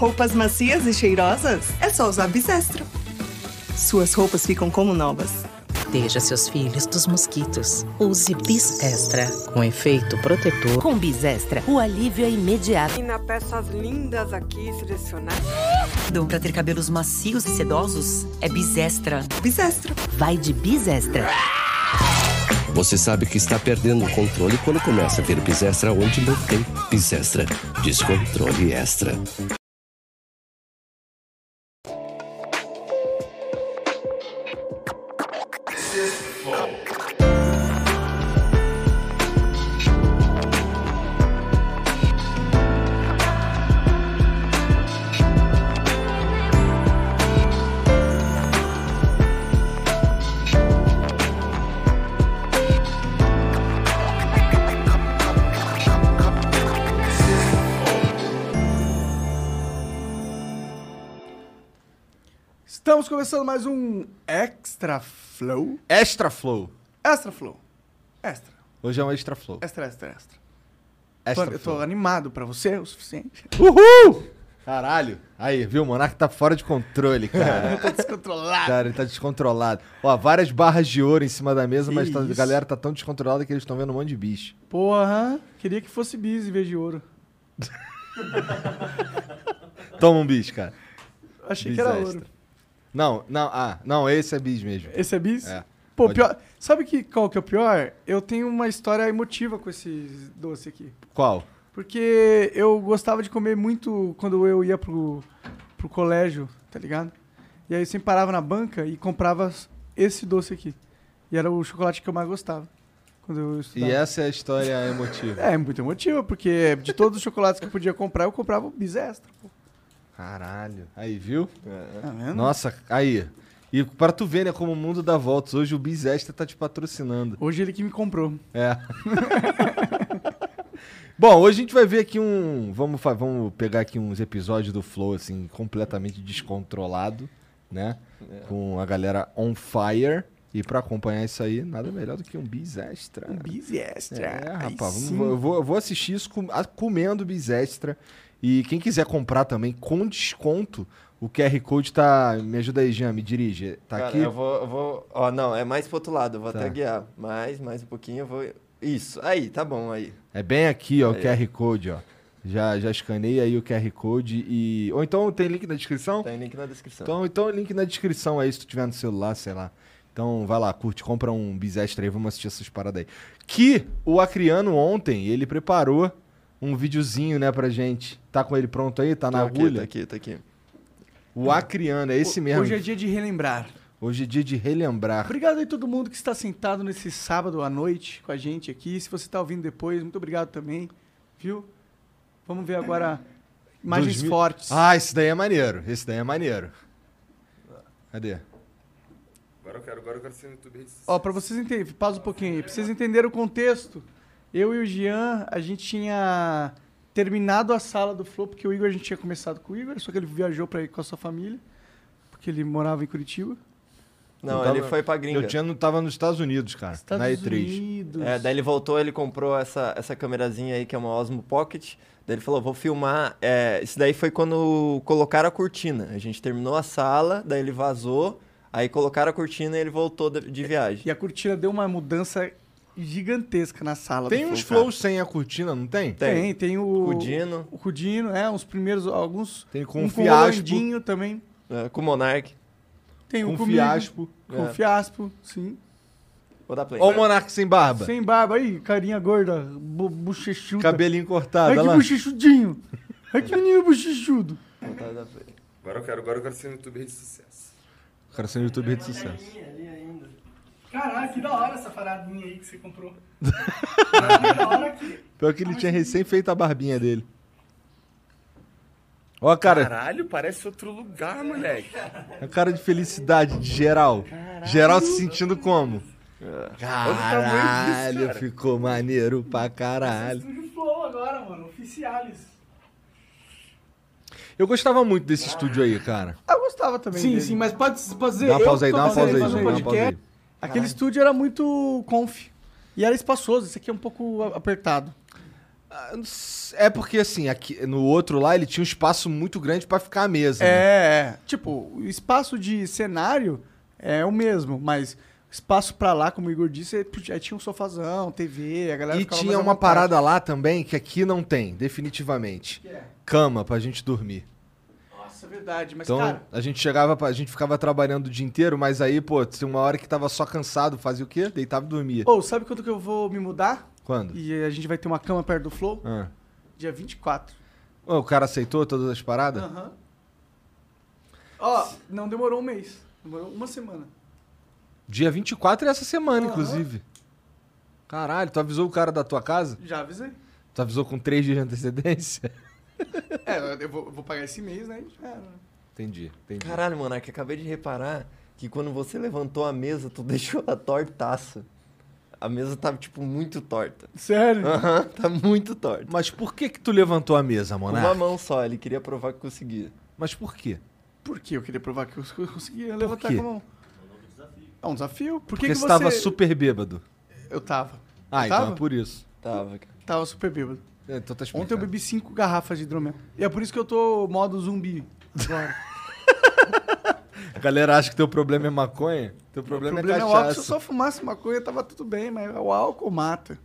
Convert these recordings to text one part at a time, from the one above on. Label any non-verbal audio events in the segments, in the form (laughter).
Roupas macias e cheirosas? É só usar Bisestro. Suas roupas ficam como novas. Proteja seus filhos dos mosquitos. Use Bis Extra, com efeito protetor. Com Bis Extra, o alívio é imediato. E na peças lindas aqui selecionadas. Dom para ter cabelos macios e sedosos é Bis Extra. Bis Extra. Vai de Bis Extra. Você sabe que está perdendo o controle quando começa a ter Bis Extra onde não tem Bis Extra. Descontrole extra. Estamos começando mais um Extra Flow. Extra Flow. Extra Flow. Extra. Hoje é um Extra Flow. Extra, extra, extra. Extra Tô- eu tô Flow. animado pra você o suficiente. (laughs) Uhul! Caralho. Aí, viu? O Monark tá fora de (laughs) controle, cara. Tô descontrolado. cara, ele tá descontrolado. Ó, várias barras de ouro em cima da mesa, Que mas tá- a isso? galera tá tão descontrolada que eles estão vendo um monte de bicho. Porra, queria que fosse bis em vez de ouro. Toma um bicho, cara. Achei Bis que era extra. ouro. Não, não, ah, não, esse é bis mesmo. Esse é bis? É. Pô, Pode- pior. Sabe que, qual que é o pior? Eu tenho uma história emotiva com esse tá. doce aqui. Qual? Porque eu gostava de comer muito quando eu ia pro, pro colégio, tá ligado? E aí eu sempre parava na banca e comprava esse doce aqui. E era o chocolate que eu mais gostava quando eu E estudava. essa é a história emotiva. É, muito emotiva, porque de todos os chocolates que eu podia comprar, eu comprava o bis extra. pô. Caralho. Aí, viu? Tá vendo? Nossa, aí. E pra tu ver, né, como o mundo dá voltas. Hoje o Bis Extra tá te patrocinando. Hoje ele que me comprou. É. (laughs) Bom, hoje a gente vai ver aqui um. Vamos, fa- vamos pegar aqui uns episódios do Flow, assim, completamente descontrolado, né? É. Com a galera on fire. E pra acompanhar isso aí, nada melhor do que um bis extra. Um bis extra. É, Aí rapaz, vamos- sim. eu, vou, eu vou assistir isso com- a- comendo bis extra. E quem quiser comprar também com desconto, o QR Code tá. Me ajuda aí, Jean, me dirige. Tá Cara, aqui? eu vou, eu vou. Ó, não, é mais pro outro lado, eu vou Tá. até guiar. Mais, mais um pouquinho, eu vou. Isso, aí, tá bom, aí. É bem aqui, ó, o Aí, QR Code, ó. Já, já escaneia aí o QR Code e. Ou então tem link na descrição? Tem Tá link na descrição. Então, então link na descrição aí, se tu tiver no celular, sei lá. Então vai lá, curte, compra um bisestre aí, vamos assistir essas paradas aí. Que o Acriano ontem, ele preparou um videozinho, né, pra gente. Tá com ele pronto aí? Tá na Tá aqui, agulha? Tá aqui, tá aqui. O Acriano, é esse Ho- mesmo. Hoje é dia de relembrar. Hoje é dia de relembrar. Obrigado aí todo mundo que está sentado nesse sábado à noite com a gente aqui. Se você está ouvindo depois, muito obrigado também, viu? Vamos ver agora imagens Dois mil- fortes. Ah, esse daí é maneiro. Esse daí é maneiro. Cadê? Agora eu quero, agora eu quero ser um youtuber. de- Ó, para vocês entenderem, pausa um pouquinho aí. Pra vocês entenderem o contexto, eu e o Jean, a gente tinha terminado a sala do Flow, porque o Igor, a gente tinha começado com o Igor, só que ele viajou para ir com a sua família, porque ele morava em Curitiba. Não, Eu tava- ele foi pra gringa. Eu tinha, não tava nos Estados Unidos, cara. Ah, na E3. Unidos. É, daí ele voltou, ele comprou essa, essa câmerazinha aí, que é uma Osmo Pocket. Daí ele falou, vou filmar. É, isso daí foi quando colocaram a cortina. A gente terminou a sala, daí ele vazou, aí colocaram a cortina e ele voltou de, É, de viagem. E a cortina deu uma mudança gigantesca na sala Tem do uns Flow, cara. flows sem a cortina, não tem? Tem, tem o. Cudino, O Cudino, é, uns primeiros, alguns. Tem com um um com o fiasco. Landinho também. é, com o Monark. Tem um Um comigo. fiaspo. Com É. fiaspo, sim. Vou dar play. Ó o Monark sem barba. Sem barba aí, carinha gorda, bu- bochechuda. Cabelinho Ai, cortado, olha É que lá. bochechudinho. Ai, que menino bochechudo. Tá, dá play. Agora eu quero, agora eu quero ser um youtuber de sucesso. O cara sendo youtuber de É, sucesso. Caralho, que da hora essa paradinha aí que você comprou. (laughs) que da hora que. Pior que ele tinha recém feito a barbinha dele. Ó, a cara. Caralho, parece outro lugar, moleque. A cara de felicidade de geral. Geral se sentindo como? tamanho disso, Caralho, cara. ficou maneiro pra caralho. Estúdio Flow agora, mano. Oficiales. Eu gostava muito desse estúdio aí, cara. Eu gostava também. Sim, dele. sim, mas pode, pode dizer. Dá uma eu pausa aí, tô dá uma fazendo pausa aí, mais um dá uma podcast. pausa aí. Aquele estúdio era muito conf. E era espaçoso. Esse aqui é um pouco a- apertado. É porque, assim, aqui, no outro lá ele tinha um espaço muito grande pra ficar a mesa. né? É, é. Tipo, o espaço de cenário é o mesmo, mas espaço pra lá, como o Igor disse, aí podia- aí tinha um sofazão, TV, a galera E ficava tinha mais à uma vontade. parada lá também que aqui não tem, definitivamente. Cama pra gente dormir. Nossa, é verdade. Mas, então, cara, a gente chegava, pra, a gente ficava trabalhando o dia inteiro, mas aí, pô, tinha uma hora que tava só cansado, fazia o quê? Deitava e dormia. ou sabe quando que eu vou me mudar? Quando? E a gente vai ter uma cama perto do Flow? Ah. Dia 24. Ô, o cara aceitou todas as paradas? Aham. Ó, não demorou um mês. Demorou uma semana. Dia 24 é essa semana, inclusive. Caralho, tu avisou o cara da tua casa? Já avisei. Tu avisou com três dias de antecedência? (laughs) É, eu vou, eu vou pagar esse mês, né? e já era, né? Entendi, entendi. Caralho, Monark, acabei de reparar que quando você levantou a mesa, tu (laughs) deixou ela tortaça. A mesa tava, tipo, muito torta. Sério? Aham, tá muito torta. Mas por que que tu levantou a mesa, Com Monark? uma mão só, ele queria provar que conseguia. Mas por quê? Por quê? Eu queria provar que eu conseguia levantar quê? com a mão. É um desafio. Por que, Porque que você você... tava super bêbado. Eu tava. Ah, Eu então tava? é por isso. Tava. Tava super bêbado. então tá Ontem eu bebi cinco garrafas de hidromel. E é por isso que eu tô modo zumbi agora. A galera acha que teu problema é maconha? Teu o problema, problema é é o álcool. Se cachaça. eu só fumasse maconha, tava tudo bem, mas o álcool mata.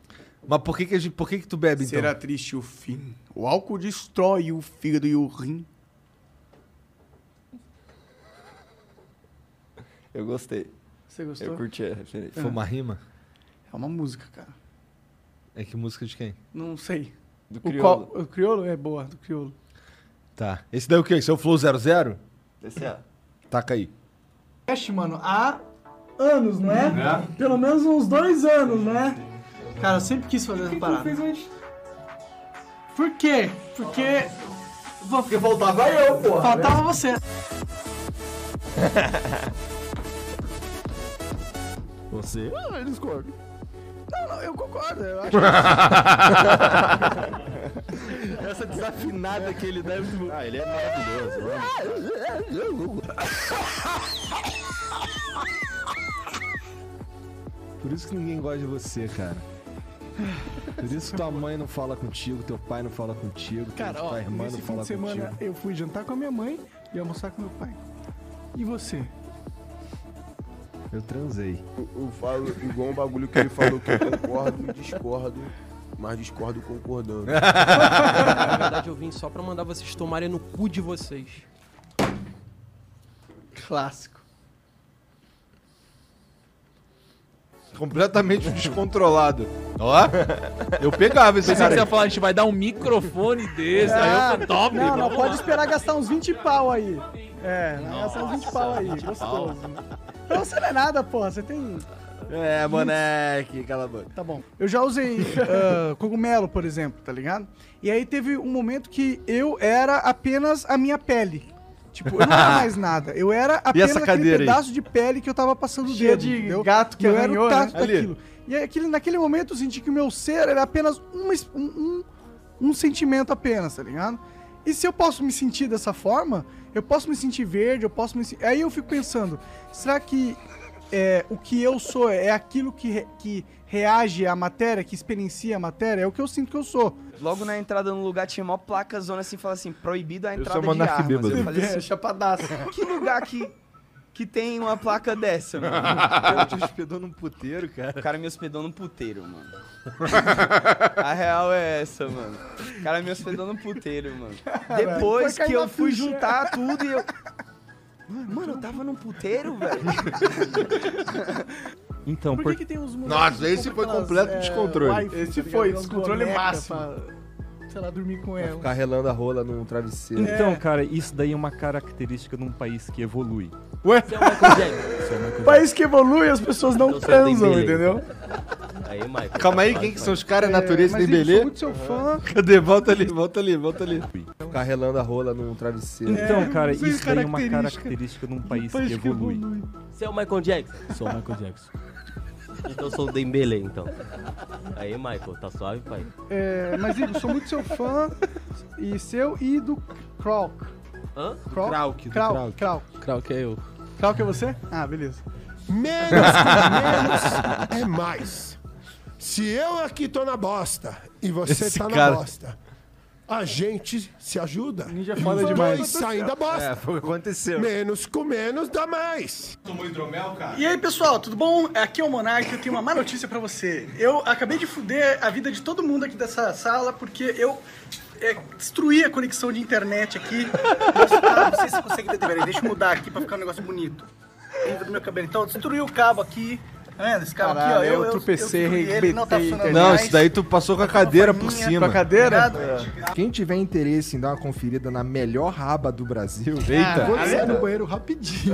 Mas por que que, a gente- por que que tu bebe, então? Será triste o fim. O álcool destrói o fígado e o rim. Eu gostei. Você gostou? Eu curti a referência. Foi uma rima? É uma música, cara. É que música de quem? Não sei. Do o, Criolo. qual- o criolo é boa, do criolo. Tá. Esse daí é o quê? Esse é o Flow 00? Esse é. Taca aí. podcast, mano, há anos, não é? Pelo menos uns dois anos, né? Cara, eu sempre quis fazer essa parada. Por quê? Porque. Porque faltava eu, né? pô. Faltava você. (laughs) Você? Ah, eu discordo. Não, não, eu concordo. Eu acho Essa desafinada que ele deve. Ah, ele é maravilhoso. Por isso que ninguém gosta de você, cara. Por isso que tua mãe não fala contigo, teu pai não fala contigo, Cara, ó, tua irmã não nesse fim fala de semana contigo. eu fui jantar com a minha mãe e almoçar com meu pai. E você? Eu transei. Eu, eu falo igual um bagulho que ele falou que eu concordo e discordo, mas discordo concordando. Na verdade, eu vim só pra mandar vocês tomarem no cu de vocês. Clássico. Completamente descontrolado. Ó, eu pegava esse Pensei que cara. você ia aí. falar, a gente vai dar um microfone desse, Ah, aí eu falei, top. Não, não, vamos pode lá." esperar gastar uns 20 pau aí. É, vai né? gastar uns 20 pau aí, 20 gostoso. Pra você não é nada, porra, você tem... É, moleque, cala a boca. Tá bom. Eu já usei ah, cogumelo, por exemplo, tá ligado? E aí teve um momento que eu era apenas a minha pele. Tipo, eu não era mais nada. Eu era apenas essa aquele cadeira aí? pedaço de pele que eu tava passando o Cheia dedo. de entendeu? gato que eu era arranhou, o tato né? Ali. daquilo. E aí, aquele, naquele momento eu senti que o meu ser era apenas uma es- um, um, um sentimento apenas, tá ligado? E se eu posso me sentir dessa forma, eu posso me sentir verde, eu posso me sentir... Aí eu fico pensando, será que é, o que eu sou é aquilo que, re- que reage à matéria, que experiencia a matéria? É o que eu sinto que eu sou. Logo na entrada no lugar tinha mó placa zona assim, fala assim, proibido a entrada de monarca armas. bêbado. Eu falei assim, chapadaço. Que lugar que, que tem uma placa dessa, mano? Cara, te hospedou um num puteiro, cara. O cara me hospedou num puteiro, mano. a real é essa, mano. O cara me hospedou num puteiro, mano. Caralho. Depois Foi que cair eu na fui ficha. juntar Tá tudo e eu... Mano, mano, eu tava num puteiro, velho. Então, Por por, que que tem uns Nossa, esse foi completo é, descontrole. tá Esse foi descontrole máximo. sei lá, dormir com ela. Ficar relando a rola num travesseiro. Então, cara, isso daí é uma característica de um país que evolui. Ué? Isso é o Michael Jackson. (laughs) Isso é o Michael País que evolui, as pessoas não transam, entendeu? Aí, Michael. Calma aí, quem que são os caras? É, Natureza mas e eu sou Belê? muito seu fã. Cadê? Volta ali, volta ali, volta ali. Carrelando a rola num travesseiro. Então, cara, isso daí é uma característica de um país, país que que evolui. Você é o Michael Jackson? Sou o Michael Jackson. Então eu sou o Dembele, então. Aí, Michael, tá suave, pai? É, mas Igor, sou muito seu fã e seu e do Krauk. Hã? Krauk? Krauk, do Krauk. Krauk. Krauk. Krauk é eu. Krauk é você? Ah, beleza. Menos que menos é mais. Se eu aqui tô na bosta e você Esse tá cara- na bosta, a gente se ajuda. Ninja foda Os demais. dois saem da bosta. É, foi o que aconteceu. Menos com menos dá mais. Tomou hidromel, cara? E aí, pessoal, tudo bom? Aqui é o Monark e eu tenho uma má notícia pra você. Eu acabei de fuder a vida de todo mundo aqui dessa sala porque eu é, destruí a conexão de internet aqui. Mas, tá, não sei se você consegue entender. Peraí, deixa eu mudar aqui pra ficar um negócio bonito. Ainda do meu cabelo. Então, eu destruí o cabo aqui. Tá vendo? Esse cabo Caralho, aqui, é ó. eu tropecei, destruí ele, não tá arrebentei funcionando Não, mais. Tá isso daí tu passou com a cadeira por cima. Com a cadeira? É. Quem tiver interesse em dar uma conferida na melhor raba do Brasil, Eita. vou sair Eita. no banheiro rapidinho.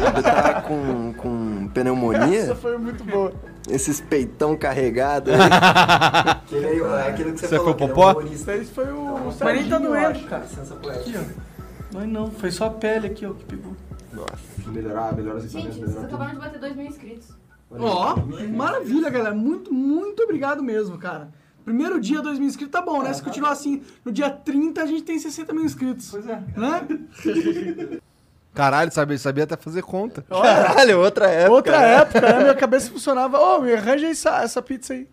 Quando tá com, com pneumonia, foi muito boa. esses peitão (laughs) carregado. aí, aquele aí, ó, é aquilo que você, Você falou. foi que ele é popó? humorista. Esse foi o. o Mas nem tá Serginho, eu doendo, acho. cara. Aqui, ó. Mas não, foi só a pele aqui, ó, que pegou. Nossa, melhorar, melhorar os Gente, equipamentos, vocês melhorar tudo. acabaram de bater 2 mil inscritos. Ó, maravilha, galera. Muito, muito obrigado mesmo, cara. Primeiro dia, 2 mil inscritos, tá bom, né? Se continuar assim, no dia 30 a gente tem 60 mil inscritos. Pois é. Né? (laughs) Caralho, sabia, sabia até fazer conta. Caralho, outra época. Outra época, né? Minha cabeça funcionava. Ô, me arranja essa, essa pizza aí.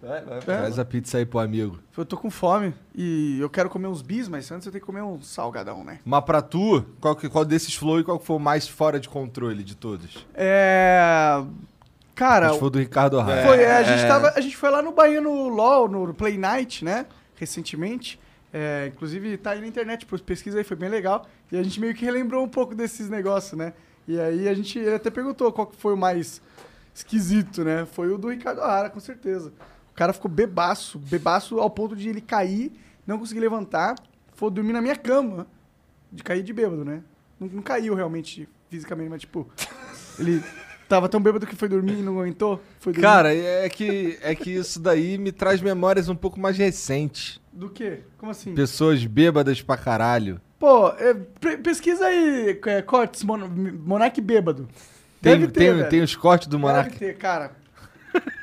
Vai, vai, vai. Traz a pizza aí pro amigo. Eu tô com fome e eu quero comer uns bis, mas antes eu tenho que comer um salgadão, né? Mas pra tu, qual, que- qual desses flow e qual que foi o mais fora de controle de todos? É. Cara. Acho que foi o do Ricardo Arraia. Foi, é, a, gente É. tava, a gente foi lá no Bahia no LOL, no Play Night, né? Recentemente. É, inclusive, tá aí na internet, por pesquisa aí, foi bem legal. E a gente meio que relembrou um pouco desses negócios, né? E aí a gente ele até perguntou qual que foi o mais esquisito, né? Foi o do Ricardo Arara, com certeza. O cara ficou bebaço, bebaço ao ponto de ele cair, não conseguir levantar, foi dormir na minha cama, de cair de bêbado, né? Não, não caiu realmente fisicamente, mas tipo, ele tava tão bêbado que foi dormir e não aguentou. Foi dormir. Cara, é que, é que isso daí me traz memórias um pouco mais recentes. Do quê? Como assim? Pessoas bêbadas pra caralho. Pô, é, pre- pesquisa aí, é, cortes, mon Monark bêbado. Tem, Deve ter, tem, velho. tem os cortes do Monark, Deve ter, cara.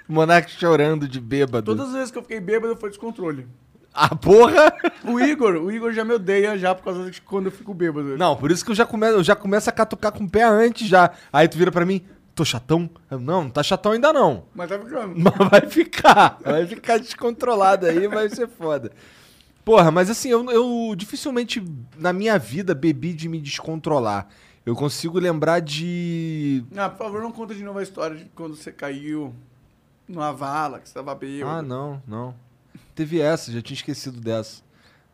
Monark chorando de bêbado. Todas as vezes que eu fiquei bêbado foi descontrole. A porra! O Igor, o Igor já me odeia já por causa de quando eu fico bêbado. Não, por isso que eu já, come, eu já começo a catucar com o pé antes já. Aí tu vira pra mim, tô chatão? Eu, não, não tá chatão ainda não. Mas tá ficando. Mas vai ficar. Vai ficar descontrolado aí, vai ser foda. Porra, mas assim, eu, eu dificilmente na minha vida bebi de me descontrolar. Eu consigo lembrar de. Ah, por favor, não conta de novo a história de quando você caiu numa vala, que você tava bêbado. Ah, não, não. Teve essa, já tinha esquecido dessa.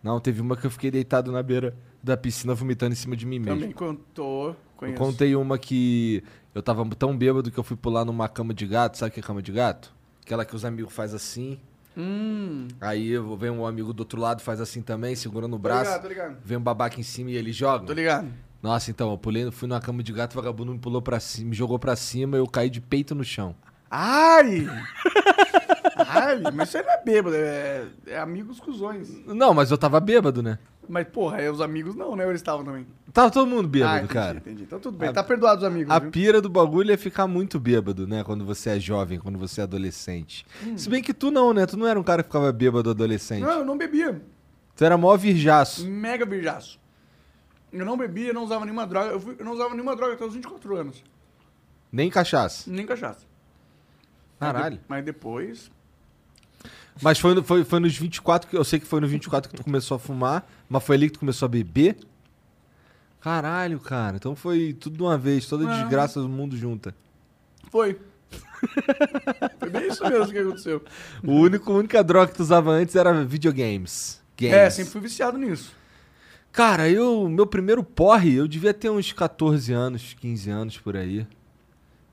Não, teve uma que eu fiquei deitado na beira da piscina vomitando em cima de mim mesmo. Também contou, conheço. Eu contei uma que eu tava tão bêbado que eu fui pular numa cama de gato. Sabe o que é cama de gato? Aquela que os amigos fazem assim. Hum. Aí eu- vem um amigo do outro lado, faz assim também, segurando o braço. ligado, tô ligado. Vem um babaca em cima e ele joga. Tô ligado. Nossa, então, eu pulei, fui numa cama de gato, o vagabundo me pulou pra cima, me jogou pra cima, eu caí de peito no chão. Ai! Ai, mas isso aí não é bêbado, é, é amigos cuzões. Não, mas eu tava bêbado, né? Mas, porra, é os amigos não, né? Eles estavam também. Tava todo mundo bêbado, Ah, entendi, cara. entendi. Então tudo bem, tá perdoado os amigos, A viu? pira do bagulho é ficar muito bêbado, né? Quando você é jovem, quando você é adolescente. Hum. Se bem que tu não, né? Tu não era um cara que ficava bêbado adolescente. Não, eu não bebia. Tu era mó virjaço. Mega birjaço. Eu não bebia, eu não usava nenhuma droga. Eu, fui- eu não usava nenhuma droga até os 24 anos. Nem cachaça. Nem cachaça. Mas de- Caralho. Mas depois. Mas foi, no- foi, foi nos 24 que. Eu sei que foi no 24 que tu começou a fumar, mas foi ali que tu começou a beber? Caralho, cara. Então foi tudo de uma vez, toda Não. desgraça do mundo junta. (laughs) Foi. Foi bem isso mesmo que aconteceu. O único, a única droga que tu usava antes era videogames. Games. É, sempre fui viciado nisso. Cara, eu. Meu primeiro porre, eu devia ter uns 14 anos, 15 anos por aí.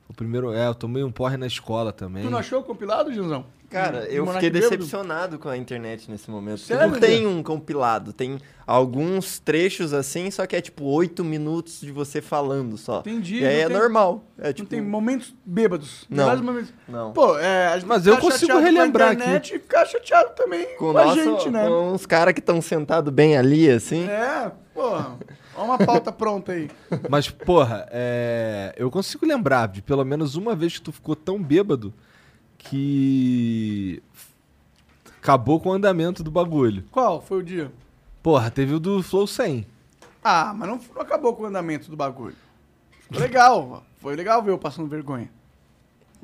O primeiro. É, eu tomei um porre na escola também. Tu não achou o compilado, Um Junzão? Cara, eu Monark fiquei bêbado? decepcionado com a internet nesse momento. porque Sério? Não tem um compilado, tem alguns trechos assim, só que é tipo oito minutos de você falando só. Entendi. E aí não é tem- normal. É Não tipo- tem momentos bêbados. Não, Vários momentos. não. Pô, é, a gente Mas fica eu consigo chateado com a relembrar aqui. internet E ficar chateado também com, Com, a nossa- gente, né? com uns caras que estão sentados bem ali, assim. É, porra. Ó uma pauta pronta aí. Mas, porra, é, eu consigo lembrar de pelo menos uma vez que tu ficou tão bêbado que acabou com o andamento do bagulho. Qual foi o dia? Porra, teve o do Flow 100. Ah, mas não, não acabou com o andamento do bagulho. Foi legal. Foi legal ver eu passando vergonha.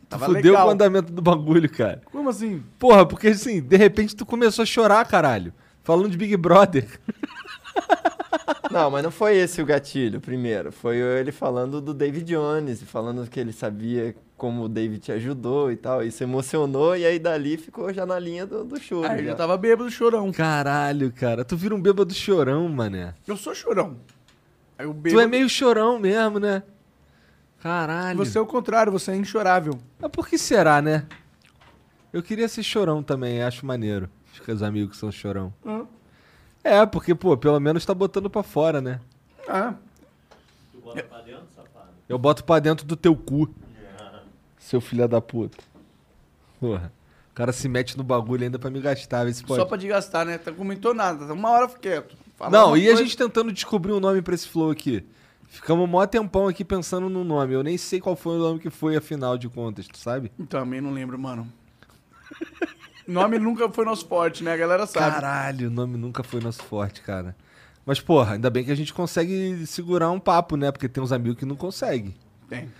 Tu Tava fudeu legal. com o andamento do bagulho, cara. Como assim? Porra, porque assim, de repente tu começou a chorar, caralho. Falando de Big Brother. (laughs) Não, mas não foi esse o gatilho primeiro. Foi ele falando do David Jones, e falando que ele sabia como o David te ajudou e tal. Isso emocionou e aí dali ficou já na linha do, do choro. Aí eu já. já tava bêbado chorão. Caralho, cara. Tu vira um bêbado chorão, mané. Eu sou chorão. Aí o Tu bêbado... é meio chorão mesmo, né? Caralho. Você é o contrário, você é inchorável. Mas por que será, né? Eu queria ser chorão também, acho maneiro. Acho que os amigos que são chorão. Hum. É, porque, pô, pelo menos tá botando pra fora, né? Ah. Eu boto pra dentro do teu cu. Seu filho da puta. Porra. O cara se mete no bagulho ainda pra me gastar, vê se pode. Só pra desgastar, né? Não comentou nada. Uma hora eu fico quieto. Fala Não, uma e coisa- a gente tentando descobrir um nome pra esse flow aqui. Ficamos um maior tempão aqui pensando no nome. Eu nem sei qual foi o nome que foi, afinal de contas, tu sabe? Também não lembro, mano. Nome nunca foi nosso forte, né? A galera sabe. Caralho, o nome nunca foi nosso forte, cara. Mas, porra, ainda bem que a gente consegue segurar um papo, né? Porque tem uns amigos que não conseguem. Tem.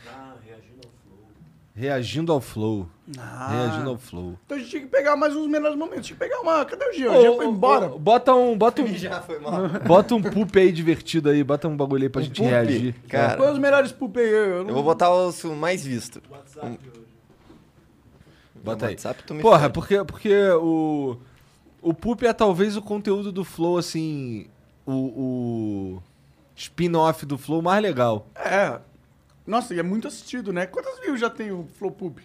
Reagindo ao flow. Reagindo ao flow. Então a gente tinha que pegar mais uns melhores momentos. Tinha que pegar uma. Cadê o Jean? O Jean foi embora. bota um. Bota um, (laughs) (laughs) Já (laughs) foi mal. bota um poop aí divertido aí, bota um bagulho aí pra gente poop? reagir. Cara. Qual é os melhores poop aí? Eu, não- Eu vou botar os mais visto. Um- Bota aí. WhatsApp, tu me Porra, fode. porque, porque o. O Poop é talvez o conteúdo do Flow, assim. O. o spin-off do Flow mais legal. É. Nossa, e é muito assistido, né? Quantas views já tem o Flow Pub?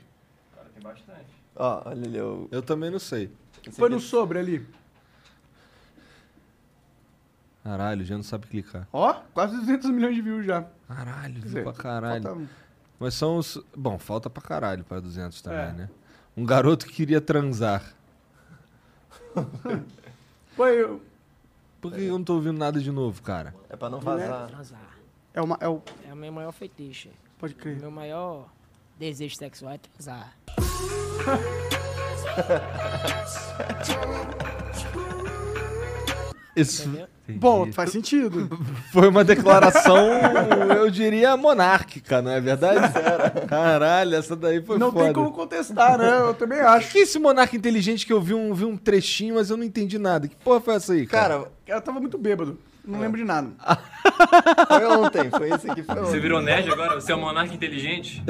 Cara, tem bastante. Ó, olha ali, eu... eu também não sei. Foi no sobre ali. Caralho, já não sabe clicar. Ó, quase 200 milhões de views já. Caralho, Quer viu dizer, pra caralho. falta um. Mas são os. Bom, falta pra caralho pra 200 também, É. né? Um garoto que queria transar. Foi eu. Por que eu não tô ouvindo nada de novo, cara? É pra não vazar. É, uma, é o. É o meu maior fetiche. Pode crer. Meu maior desejo sexual é transar. Isso. Bom, faz sentido. Foi uma (laughs) declaração, eu diria, monárquica, não é verdade? Caralho, essa daí foi Não foda. tem como contestar, né? Eu também acho. Que esse monarca inteligente que eu vi um, vi um trechinho, mas eu não entendi nada. Que porra foi essa aí, cara? Eu tava muito bêbado. Não lembro de nada. Foi ontem, foi esse aqui. Foi Você ontem. virou nerd agora? Você é um monarca inteligente?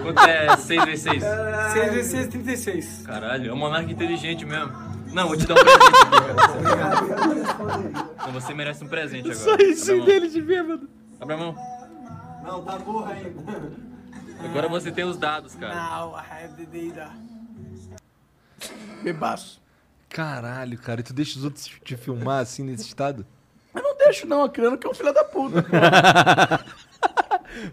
Quanto é 6 vezes 6? 6 vezes 6, 36. Caralho, é um monarca inteligente mesmo. Não, vou te dar um presente aqui, cara. Então você merece um presente agora. Só isso Abre a mão. dele de bêbado. Abre a mão. Não, tá burro ainda. Agora você tem os dados, cara. Now I have the data. Bebaço. Caralho, cara, e tu deixa os outros te filmar assim nesse estado? Eu não deixo, não, a criança que é um filho da puta.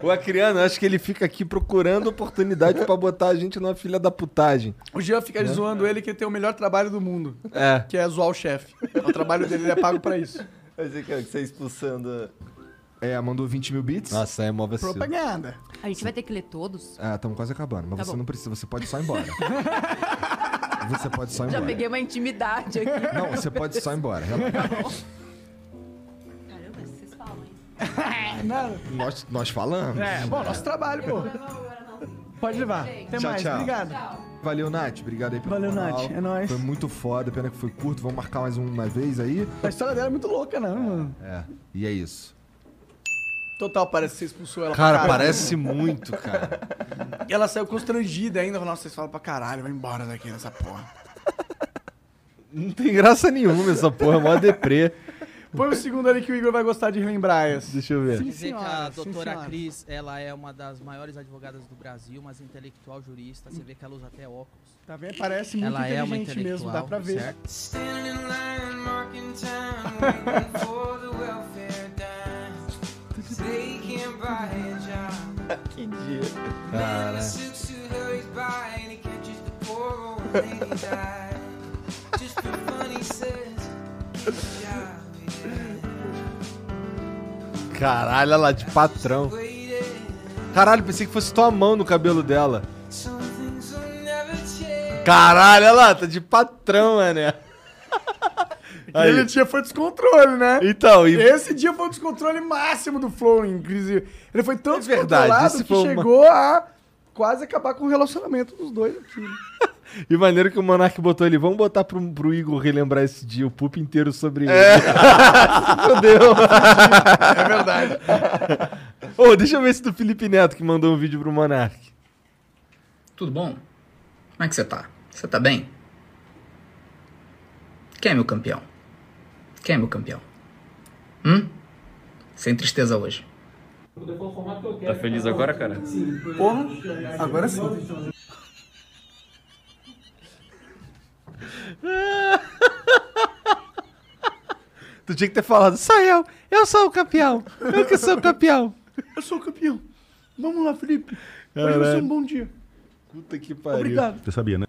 (laughs) o Acriano, acho que ele fica aqui procurando oportunidade pra botar a gente numa filha da putagem. O Jean fica Né? zoando ele que ele tem o melhor trabalho do mundo. É. Que é zoar o chefe. O trabalho dele ele é pago pra isso. Esse aqui, ó, que você tá expulsando. É, mandou 20 mil bits. Nossa, é mó vacilo. (laughs) Propaganda. A gente vai ter que ler todos? Ah, estamos quase acabando, mas Tá você bom. não precisa, você pode só ir (laughs) embora. você pode só ir Já embora. peguei uma intimidade aqui. Não, você pode só ir (laughs) embora. Tá relaxa. Caramba, vocês falam isso. (laughs) Nada. Nós, nós falamos. É, bom, nosso trabalho, pô. Pode levar. Até Tchau, mais. tchau. Obrigado. Valeu, Nath. Obrigado aí pelo Valeu, moral. Nath. É nóis. Foi muito foda, pena que foi curto. Vamos marcar mais uma vez aí. A história dela é muito louca, né, mano? É, e é isso. Total, parece que você expulsou ela Cara, pra caralho. parece muito, cara. E ela saiu constrangida ainda. Falou, Nossa, vocês falam pra caralho, vai embora daqui nessa porra. Não tem graça nenhuma essa porra, é mó deprê. Põe o segundo ali que o Igor vai gostar de relembrar essa. Deixa eu ver. Sim, Dizer que a senhora, sim, doutora senhora. Cris, ela é uma das maiores advogadas do Brasil, mas intelectual jurista. Você vê que ela usa até óculos. Tá vendo? Parece muito ela é uma inteligente mesmo, dá pra intelectual, ver. certo? que dia. Cara. Caralho, ela de patrão. Caralho, pensei que fosse tua mão no cabelo dela. Caralho, olha lá, tá de patrão, mané. (laughs) Aquele dia foi descontrole, né? Então, e- Esse dia foi o descontrole máximo do Flow, inclusive. Ele foi tão é verdade, Tá descontrolado esse que foi uma- chegou a quase acabar com o relacionamento dos dois aqui. né? E maneiro que o Monark botou ele. Vamos botar pro, pro Igor relembrar esse dia, o pup inteiro sobre ele. É. Se (laughs) Fudeu. É verdade. (laughs) Ô, deixa eu ver esse do Felipe Neto que mandou um vídeo pro Monark. Tudo bom? Como é que você tá? Você tá bem? Quem é meu campeão? Quem é meu campeão? Hum? Sem tristeza hoje. Tá feliz agora, cara? Porra, agora sim. Tu tinha que ter falado, sou eu, eu sou o campeão, eu que sou o campeão. Eu sou o campeão. Vamos lá, Felipe. Hoje Caralho. vai ser um bom dia. Puta que pariu. Obrigado. Você sabia, né?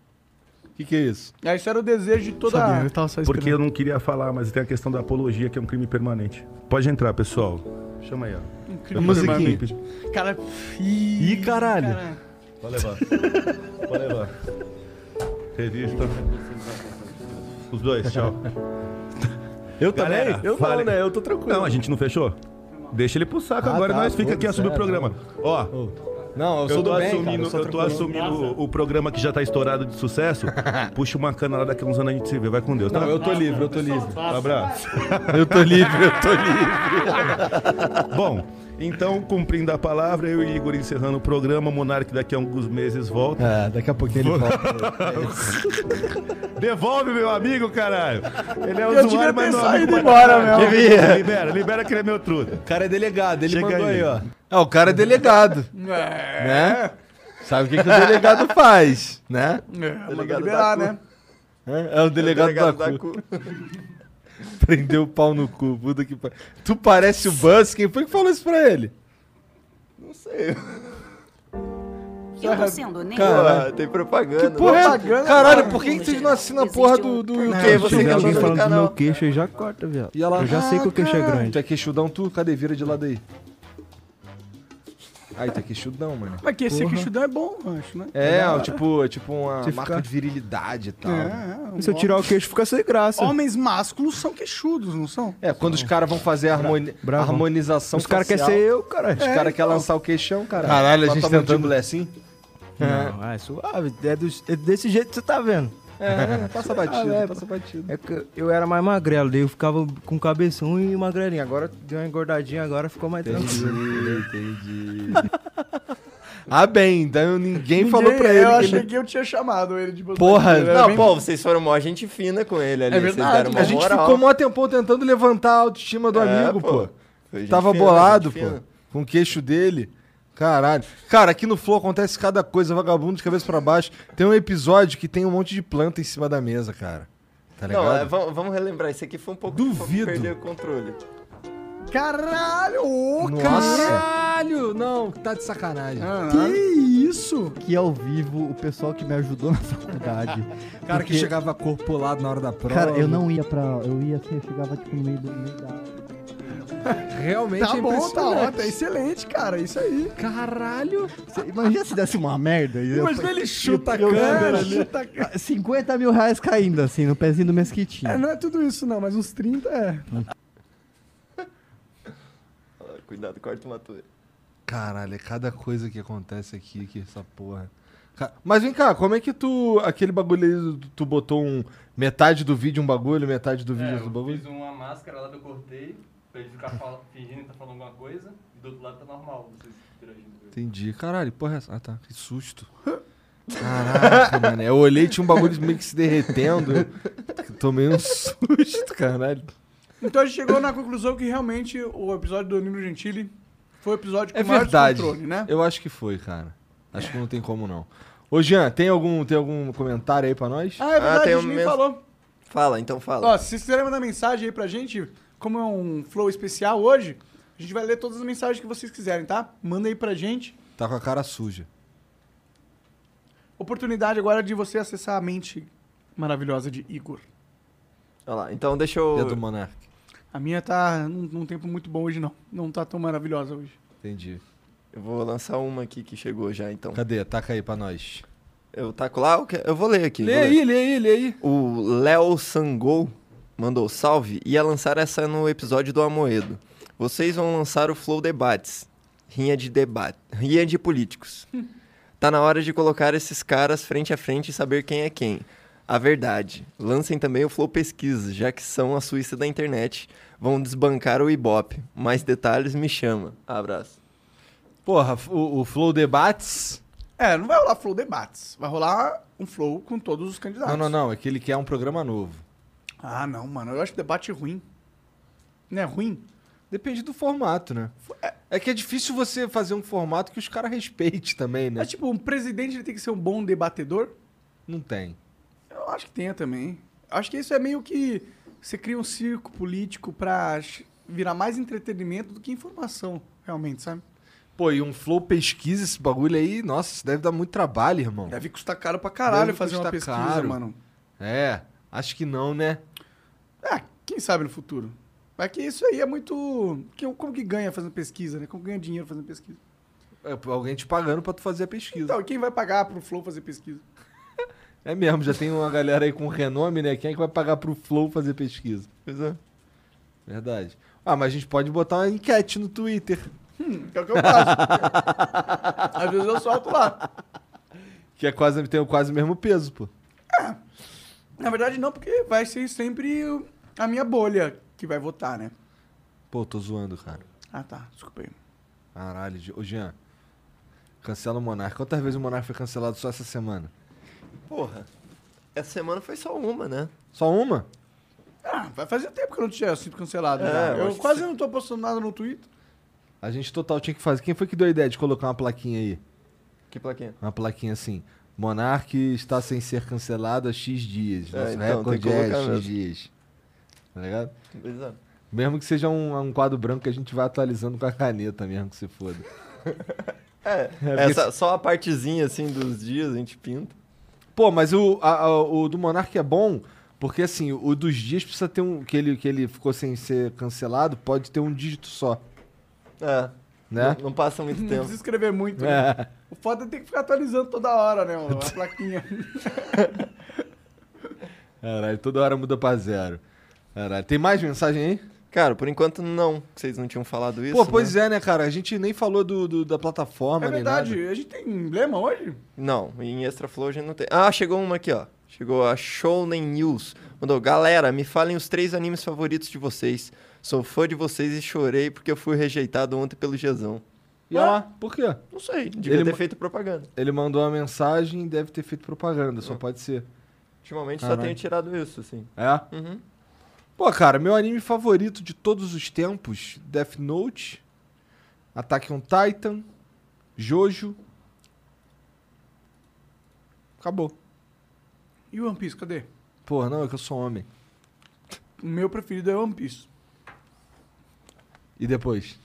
O que, que é isso? Ah, Isso era o desejo de toda Sabia, a... Porque eu não queria falar, mas tem a questão da apologia, que é um crime permanente. Pode entrar, pessoal. Chama aí, ó. Um crime Chama permanente. aí. um Cara, Ih, caralho. Pode levar. Pode levar. Revista. Os dois, tchau. (laughs) Eu também? Eu não, né? Eu tô tranquilo. Não, a gente não fechou? Deixa ele pro saco Ah, agora tá, nós fica aqui foda-se, a subir o é, programa. Ó. Não, eu sou tô do bem, cara, assumindo, eu sou eu tô tranquilo. assumindo o, o programa que já tá estourado de (laughs) sucesso. Puxa uma cana lá daqui a uns anos a gente se vê. Vai com Deus. Não, eu tô livre, eu tô livre. Um abraço. Eu tô livre, eu tô livre. Bom, então, cumprindo a palavra, eu e Igor encerrando o programa. Monark daqui a alguns meses volta. É, daqui a pouquinho ele volta. Devolve, meu amigo, (laughs) caralho. Ele é Eu devia usuário, mas ter não é amigo saído pra embora, caralho. meu. Devia. Libera, libera que ele é meu truta. O cara é delegado, ele Chega mandou aí, aí. ó. Ah, o cara é delegado. né? Sabe o que, que o delegado faz, né? É, manda Delegado Tá liberar, da né? É, é o delegado, Delegado da, da cu. Prendeu o pau no cu, puta que par... Tu parece o Buzz, quem foi que falou isso pra ele? Não sei. Eu tô sendo honesta. Cara, tem propaganda. né? Que porra é- Propaganda, Caralho, mano. por que, que vocês não assinam a porra do, do YouTube? Porque você Tiver quer alguém no falando do canal. meu queixo aí já corta, viado. eu já sei que o queixo é grande. Tu é queixudão, tu? Cadê? Vira de lado aí. Aí, tu é queixudão, mano. Mas que esse Porra. queixudão é bom, eu acho, né? É, Da hora. tipo, é tipo uma Você marca fica- de virilidade e tal. É, é, Se eu tirar o queixo, fica sem graça. Homens másculos são queixudos, não são? É, quando os caras vão fazer a harmoni- Bravão. harmonização Os cara quer facial, ser eu, caralho. Os É, caras querem então. lançar o queixão, cara. Caralho, a gente tentando- mulher assim? Não, é suave. É, dos- é desse jeito que você tá vendo. É, passa batido, Ah, é, passa batido. É que eu era mais magrelo, daí eu ficava com cabeção e magrelinho. Agora deu uma engordadinha, agora ficou mais tranquilo. entendi. ah, bem, então ninguém, falou pra É, eu ele. Eu que achei ele- que eu tinha chamado ele de Porra, Era Não, bem- pô, vocês foram mó gente fina com ele ali. É vocês verdade. deram mó A gente moral. ficou mó tempão tentando levantar a autoestima do É, amigo, pô. pô. Foi gente Tava fina, bolado, gente pô. fina. Com o queixo dele. Caralho. Cara, aqui no Flow acontece cada coisa, vagabundo de cabeça pra baixo. Tem um episódio que tem um monte de planta em cima da mesa, cara. Tá ligado? Não, é, vamos, vamos relembrar. Isso aqui foi um pouco Duvido. perder o controle. Caralho, ô, Nossa. caralho! Não, tá de sacanagem. Que isso? Que é ao vivo, o pessoal que me ajudou na (laughs) faculdade. Cara Porque- que chegava corpulado na hora da prova. Cara, eu não ia pra. Eu ia assim, eu chegava tipo no meio do. meio da- Realmente tá é bom, tá impressionante. ótimo, é excelente, cara, isso aí. Caralho! Você Imagina se desse uma merda. e eu- tipo, Imagina ele chuta a eu- eu- câmera ali. Chuta a 50 mil reais caindo, assim, no pezinho do mesquitinho. É, não é tudo isso não, mas uns 30 é. Ah, Cuidado, corta uma tua. Caralho, é cada coisa que acontece aqui, que essa porra. Ca- Mas vem cá, como é que tu. Aquele bagulho aí, tu- tu botou um. Metade do vídeo um bagulho, metade do vídeo É, outro eu bagulho? fiz uma máscara lá que eu cortei, pra ele ficar fal- fingindo que tá falando alguma coisa, e do outro lado tá normal, vocês interagindo. Entendi. Caralho, porra, é essa. Ah tá, que susto. Caraca, mano. Eu (laughs) olhei tinha um bagulho meio que se derretendo. eu Tomei um susto, caralho. Então a gente chegou na conclusão que realmente o episódio do Nino Gentili foi o episódio com É maior verdade. descontrole, né? Eu acho que foi, cara. Acho que não tem como não. Ô, Jean, tem algum, tem algum comentário aí pra nós? Ah, é verdade, a gente nem falou. Fala, então fala. Ó, se vocês quiserem mandar mensagem aí pra gente, como é um flow especial hoje, a gente vai ler todas as mensagens que vocês quiserem, tá? Manda aí pra gente. Tá com a cara suja. Oportunidade agora de você acessar a mente maravilhosa de Igor. Olha lá, então deixa eu. É do Monark. A minha tá num, num tempo muito bom hoje, não. Não tá tão maravilhosa hoje. Entendi. Eu vou lançar uma aqui que chegou já, então. Cadê? Taca aí pra nós. Eu taco lá? ou quer- Eu vou ler aqui. Lê vou aí, lê aí, lê aí. O Léo Sangol mandou salve. Ia lançar essa no episódio do Amoedo. Vocês vão lançar o Flow Debates. Rinha de debate. Rinha de políticos. Tá na hora de colocar esses caras frente a frente e saber quem é quem. A verdade. Lancem também o Flow Pesquisa, já que são a Suíça da internet. Vão desbancar o Ibope. Mais detalhes me chama. Abraço. Porra, o, o Flow Debates. É, não vai rolar flow debates. Vai rolar um flow com todos os candidatos. Não, não, não. É que ele quer um programa novo. Ah, não, mano. Eu acho debate ruim. Não é ruim? Depende do formato, né? É que é difícil você fazer um formato que os caras respeitem também, né? Mas, tipo, um presidente ele tem que ser um bom debatedor? Não tem. Eu acho que tem também. Acho que isso é meio que você cria um circo político pra ch- virar mais entretenimento do que informação, realmente, sabe? Pô, e um Flow Pesquisa, esse bagulho aí, nossa, isso deve dar muito trabalho, irmão. Deve custar caro pra caralho Deve fazer uma custar pesquisa, caro. mano. É, acho que não, né? Ah, quem sabe no futuro. Mas que isso aí é muito. que- Como que ganha fazendo pesquisa, né? Como ganha dinheiro fazendo pesquisa? É, alguém te pagando pra tu fazer a pesquisa. Então, quem vai pagar pro Flow fazer pesquisa? É mesmo, já tem uma galera aí com renome, né? Quem é que vai pagar pro Flow fazer pesquisa? Pois é. Verdade. Ah, mas a gente pode botar uma enquete no Twitter. Hum, que é o que eu faço. Às vezes eu solto lá. Que é quase, tem o quase mesmo peso, pô. Na verdade, não, porque vai ser sempre o- a minha bolha que vai votar, né? Pô, tô zoando, cara. Ah, tá. Desculpa aí. Caralho, Ge- ô Jean. Cancela o Monarca. Quantas vezes o Monarca foi cancelado só essa semana? Porra. Essa semana foi só uma, né? Só uma? Ah, vai fazer tempo que eu não tinha sido cancelado. É, já. eu Eu acho que quase não tô postando nada no Twitter. A gente total tinha que fazer. Quem foi que deu a ideia de colocar uma plaquinha aí? Que plaquinha? Uma plaquinha assim. Monarque está sem ser cancelado há X dias. É, Nosso então, recorde tem que é X colocar mesmo. dias. Tá ligado? Pois é. Mesmo que seja um, um quadro branco que a gente vai atualizando com a caneta mesmo, que se foda. É, porque essa, só a partezinha assim dos dias a gente pinta. Pô, mas o, a- a- o do Monark é bom, porque assim, o dos dias precisa ter um. Que ele, que ele ficou sem ser cancelado, pode ter um dígito só. É. Né? Não, não passa muito Não tempo. precisa escrever Uhum. muito. né? (laughs) É. O foda é ter que ficar atualizando toda hora, né? mano? A (laughs) plaquinha. Caralho, toda hora muda pra zero. Caralho, tem mais mensagem aí? Cara, por enquanto não. que Vocês não tinham falado isso. Pô, pois é, né, cara? A gente nem falou do, do- da plataforma, É nem verdade, nada. A gente tem emblema hoje? é. Não, em Extra Flow a gente não tem. Ah, chegou uma aqui, ó. Chegou a Shounen News. Mandou, galera, me falem os três animes favoritos de vocês. Sou fã de vocês e chorei porque eu fui rejeitado ontem pelo Jezão. E ó, por quê? Não sei, Ah. devia ter ma- feito propaganda. Ele mandou uma mensagem e deve ter feito propaganda, É. só pode ser. Ultimamente só Caralho. tenho tirado isso, assim. É? Uhum. Pô, cara, meu anime favorito de todos os tempos, Death Note, Attack on Titan, Jojo. Acabou. E o One Piece, cadê? Porra, não, é que eu sou homem. O meu preferido é One Piece. E depois?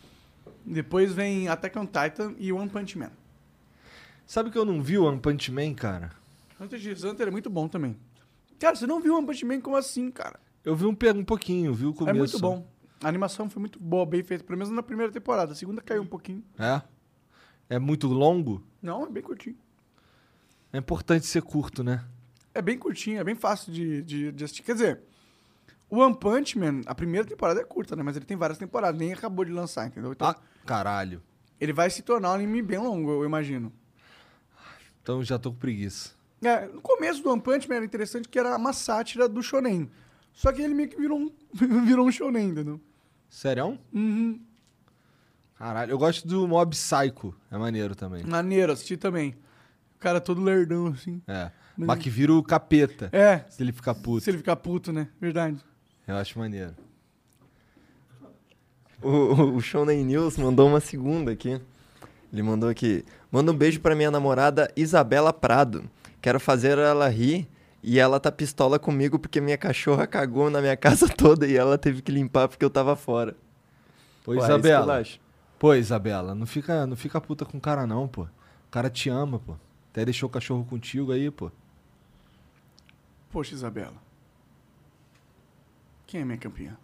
Depois vem Attack on Titan e One Punch Man. Sabe que eu não vi o One Punch Man, cara? Hunter x Hunter é muito bom também. Cara, você não viu One Punch Man como assim, cara? Eu vi um, pe- um pouquinho, vi o começo. É muito bom. A animação foi muito boa, bem feita, pelo menos na primeira temporada. A segunda caiu um pouquinho. É? É muito longo? Não, é bem curtinho. É importante ser curto, né? É bem curtinho, é bem fácil de, de, de assistir. Quer dizer, o One Punch Man, a primeira temporada é curta, né? Mas ele tem várias temporadas, nem acabou de lançar, entendeu? Então, Ah. Caralho. ele vai se tornar um anime bem longo, eu imagino. Então eu já tô com preguiça. É, no começo do One Punch Man era interessante que era uma sátira do shonen. Só que ele meio que virou um, virou um (laughs) shonen, entendeu? Sério? Uhum. Caralho, eu gosto do Mob Psycho. É maneiro também. Maneiro, assisti também. O cara todo lerdão, assim. É. Mas- Mas que vira o capeta. É. Se ele ficar puto. Se ele ficar puto, né? Verdade. Eu acho maneiro. O, o Shonen News mandou uma segunda aqui. Ele mandou aqui. Manda um beijo pra minha namorada Isabela Prado. Quero fazer ela rir e ela tá pistola comigo porque minha cachorra cagou na minha casa (laughs) toda e ela teve que limpar porque eu tava fora. Pô, Ué, é Isabela. esculacho. Pô, Isabela, não fica, não fica puta com o cara, não, pô. O cara te ama, pô. Até deixou o cachorro contigo aí, pô. Poxa, Isabela. Quem é minha campeã?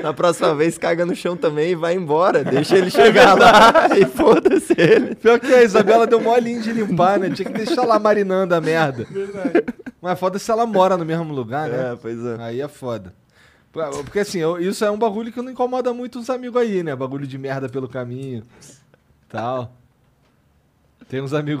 Na próxima vez, caga no chão também e vai embora. (laughs) Deixa ele chegar É (laughs) lá e foda-se ele. Pior que a Isabela deu mó linha de limpar, né? Tinha que deixar lá marinando a merda. Verdade. Mas foda se ela mora no mesmo lugar, né? É, pois é. Aí é foda. Pra- Porque assim, eu- isso é um bagulho que não incomoda muito os amigos aí, né? Bagulho de merda pelo caminho. Tal. Tem uns amigos.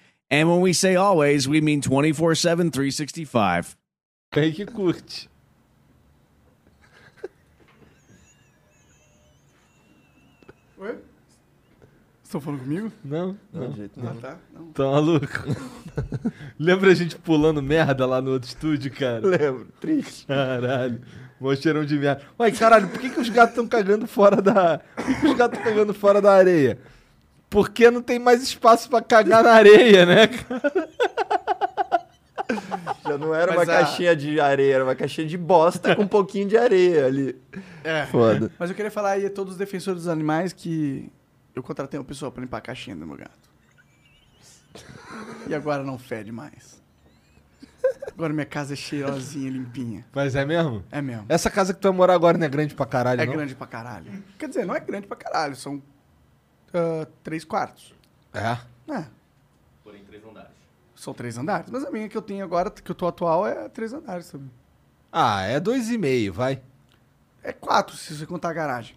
And when we say always, we mean 24 7, 365. Tem que curte. Oi? Estão falando comigo? Não. Não, não. de jeito nenhum. Ah, tá. Não. Tá maluco? (laughs) Lembra a gente pulando merda lá no outro estúdio, cara? (laughs) (laughs) Lembro. Triste. Caralho. Mó cheirão de merda. Uai, caralho, por que, que os gatos estão cagando fora da... Por que, que os gatos estão cagando fora da areia? Porque não tem mais espaço pra cagar na areia, né, Já não era Mas uma a- caixinha de areia, era uma caixinha de bosta com um pouquinho de areia ali. É. Foda. Mas eu queria falar aí a todos os defensores dos animais que eu contratei uma pessoa pra limpar a caixinha do meu gato. E agora não fede mais. Agora minha casa é cheirosinha, limpinha. Mas é mesmo? É mesmo. Essa casa que tu vai morar agora não é grande pra caralho, é não? grande pra caralho. Quer dizer, não é grande pra caralho, são ah, três quartos. É. É, Porém, três andares. são três andares. Mas a minha que eu tenho agora, que eu tô atual, é três andares, sabe? Ah, é dois e meio, vai. É quatro, se você contar a garagem.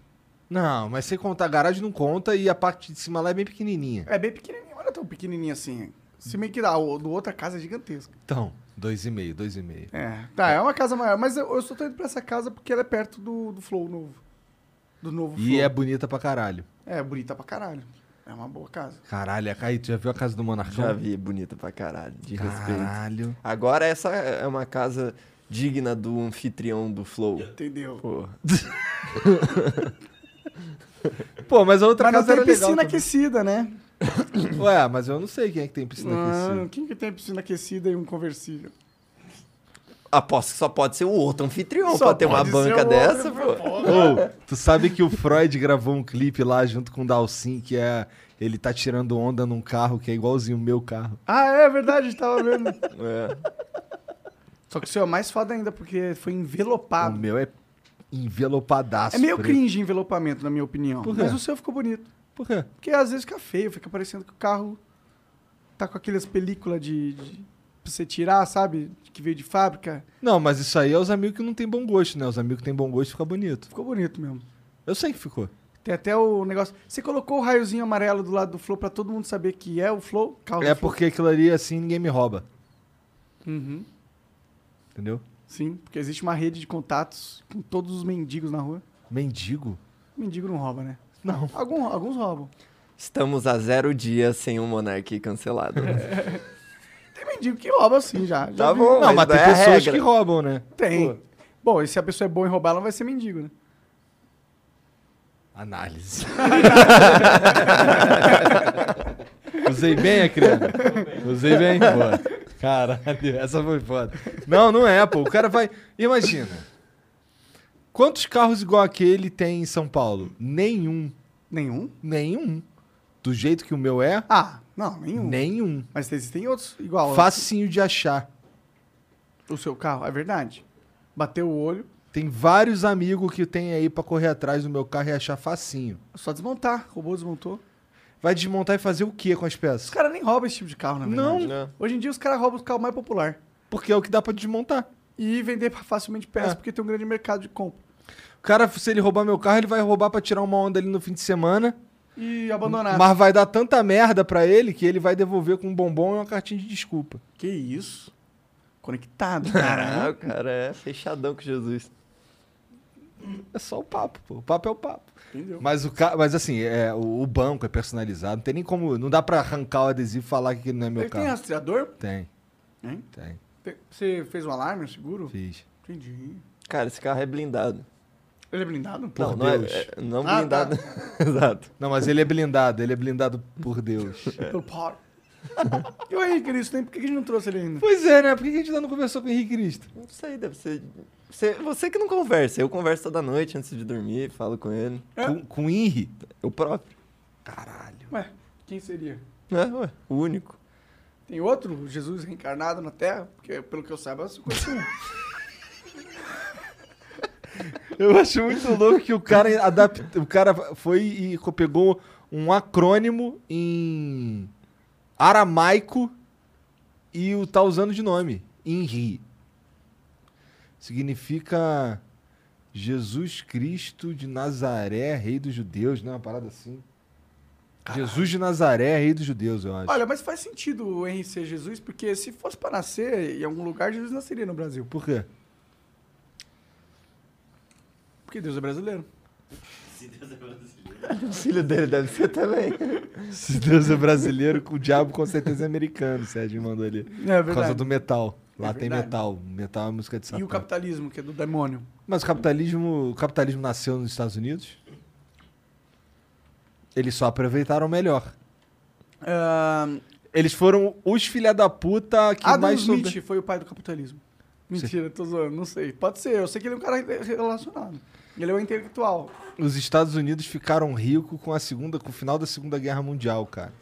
Não, mas sem contar a garagem não conta e a parte de cima lá é bem pequenininha. É bem pequenininha, olha tão pequenininha assim. Se bem que dá, o do outra casa é gigantesca. Então, dois e meio, dois e meio. É, tá, é uma casa maior, mas eu, eu só tô indo pra essa casa porque ela é perto do, do Flow novo. Do novo E Flow. é bonita pra caralho. É, bonita pra caralho. É uma boa casa. Caralho, a Caí, tu já viu a casa do Monarcão? Já vi, é bonita pra caralho. De Caralho. respeito. Agora essa é uma casa digna do anfitrião do Flow. Entendeu? Porra. Pô, mas a outra mas casa não era tem é piscina legal aquecida, né? também. Ué, mas eu não sei quem é que tem piscina Mano, aquecida. Ah, quem que tem piscina aquecida e um conversível? Aposto que só pode ser o outro anfitrião Só pra ter uma pode ser o banca outro, dessa, pô. pô. Ou, tu sabe que o Freud gravou um clipe lá junto com o Dalsin, que é... Ele tá tirando onda num carro que é igualzinho o meu carro. Ah, é verdade, a gente tava vendo. É. Só que o seu é mais foda ainda, porque foi O envelopado. meu é envelopadaço. Ah. É meio preto. cringe envelopamento, na minha opinião. Por quê? Mas o seu ficou bonito. Por quê? Porque às vezes fica feio, fica parecendo que o carro tá com aquelas películas de, de- pra você tirar, sabe? Que veio de fábrica. Não, mas isso aí é os amigos que não tem bom gosto, né? Os amigos que tem bom gosto fica bonito. Ficou bonito mesmo. Eu sei que ficou. Tem até o negócio. Você colocou o raiozinho amarelo do lado do Flow pra todo mundo saber que é o Flow? Carro do É Flow. porque aquilo ali, assim, ninguém me rouba, Uhum. entendeu? Sim, porque existe uma rede de contatos com todos os mendigos na rua. Mendigo? Mendigo não rouba, né? Não. Algum, alguns roubam. Estamos a zero dias sem o Monark cancelado. né? Tem mendigo que rouba sim já. já Tá vi. bom, Não, mas, não tem é a pessoas regra. que roubam, né? Tem. Bom, e se a pessoa é boa em roubar, ela vai ser mendigo, né? Análise. (laughs) Usei bem a criança. Usei bem, pô. Caralho, essa foi foda. Não, não é, pô. O cara vai. Imagina. Quantos carros igual aquele tem em São Paulo? Nenhum. Nenhum? Nenhum. Do jeito que o meu é? Ah, não, nenhum. Nenhum. Mas existem outros igual. Facinho de achar. O seu carro, é verdade. Bateu o olho. Tem vários amigos que tem aí pra correr atrás do meu carro e achar facinho. é Só desmontar. O robô desmontou. Vai desmontar e fazer o que com as peças? Os caras nem roubam esse tipo de carro, na verdade. Não. É. Hoje em dia os caras roubam o carro mais popular. Porque é o que dá pra desmontar. E vender facilmente peças, É. porque tem um grande mercado de compra. O cara, se ele roubar meu carro, ele vai roubar pra tirar uma onda ali no fim de semana. E abandonar. Mas vai dar tanta merda pra ele que ele vai devolver com um bombom e uma cartinha de desculpa. Que isso? (laughs) Conectado, Ah, o cara. cara é fechadão com Jesus. É só o papo, pô. O papo é o papo. Entendeu? Mas, o ca... Mas assim, é, o, o banco é personalizado. Não tem nem como. Não dá pra arrancar o adesivo e falar que aquele não é meu Ele carro. tem rastreador? Tem. Hein? Tem. Tem- Você fez um alarme, um seguro? Fiz. Entendi. Cara, esse carro é blindado. Ele é blindado? não, não, Deus. É, é- não Ah, blindado. (laughs) tá. Exato. Não, mas ele é blindado. Ele é blindado por Deus. é- Pelo pau. (laughs) e o Henrique Cristo, hein? Por que a gente não trouxe ele ainda? (laughs) pois é, né? Por que a gente ainda não conversou com o Henrique Cristo? Não sei, deve ser. Você, você que não conversa. Eu converso toda noite antes de dormir, falo com ele. Com, com o Henri? Eu próprio. Ué, quem seria? É, ué, o único. Tem outro Jesus reencarnado na Terra? Porque, pelo que eu saiba, eu só conheço um. Eu acho muito louco que o cara adaptou. O cara foi e co- pegou um acrônimo em aramaico e o tá usando de nome. Inri. Significa Jesus Cristo de Nazaré, Rei dos Judeus, né? Uma parada assim. Jesus de Nazaré, Rei dos Judeus, eu acho. Olha, mas faz sentido o Henrique ser Jesus, porque se fosse pra nascer em algum lugar, Jesus nasceria no Brasil. Por quê? Porque Deus é brasileiro. O filho dele deve ser também. (laughs) Se Deus é brasileiro, o diabo com certeza é americano, Sérgio mandou ali. Por É verdade. causa do metal. Lá É tem verdade. metal. Metal é música de E Satã. o capitalismo, que é do demônio. Mas o capitalismo, o capitalismo nasceu nos Estados Unidos? Eles só aproveitaram o melhor. Ahn, Eles foram os filha da puta que Ah, Adam mais Smith soube- foi o pai do capitalismo. Mentira, tô zoando, não sei. Pode ser, eu sei que ele é um cara relacionado. Ele é um intelectual. Os Estados Unidos ficaram ricos com a segunda, com o final da Segunda Guerra Mundial, cara.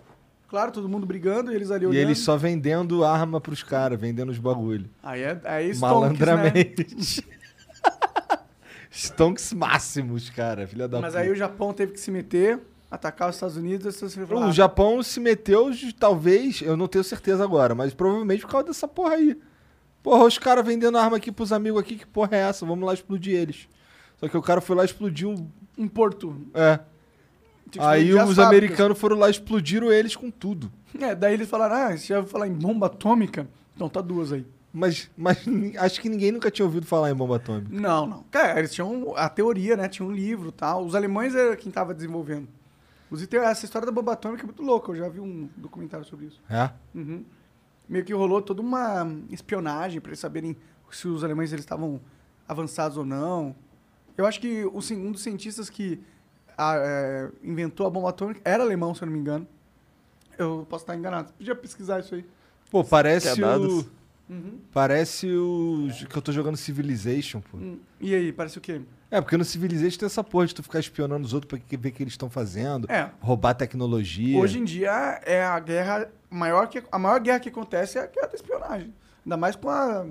Claro, todo mundo brigando e eles ali E olhando. eles só vendendo arma pros caras, vendendo os bagulho. Aí é, aí é Stonks, né? Malandramente. (laughs) Stonks máximos, cara, filha da Mas puta. aí o Japão teve que se meter, atacar os Estados Unidos, e você falou, O ah, Japão se meteu, ju- talvez, eu não tenho certeza agora, mas provavelmente por causa dessa porra aí. Porra, os caras vendendo arma aqui pros amigos aqui, que porra é essa? Vamos lá explodir eles. Só que o cara foi lá e explodiu. um porto. É. Tinha que Aí explodir as os fábricas. americanos foram lá e explodiram eles com tudo. É, daí eles falaram, ah, você já ouviu falar em bomba atômica? Então tá duas aí. Mas, mas (laughs) ni- acho que ninguém nunca tinha ouvido falar em bomba atômica. Não, não. Cara, É, eles tinham a teoria, né? Tinha um livro e tal. Os alemães era quem tava desenvolvendo. Os ite- Essa história da bomba atômica é muito louca, eu já vi um documentário sobre isso. É? Uhum. Meio que rolou toda uma espionagem para eles saberem se os alemães eles estavam avançados ou não. Eu acho que o cien- um dos cientistas que ah, é, inventou a bomba atômica era alemão, se eu não me engano. Eu posso estar enganado. Você podia pesquisar isso aí. Pô, parece Quer dados? o. Uhum. Parece o. que eu tô jogando Civilization, pô. Hum, E aí, parece o quê? É, porque no Civilization tem essa porra de tu ficar espionando os outros pra que- ver o que eles estão fazendo, É. roubar tecnologia. Hoje em dia é a guerra maior que a maior guerra que acontece é a guerra da espionagem. Ainda mais com a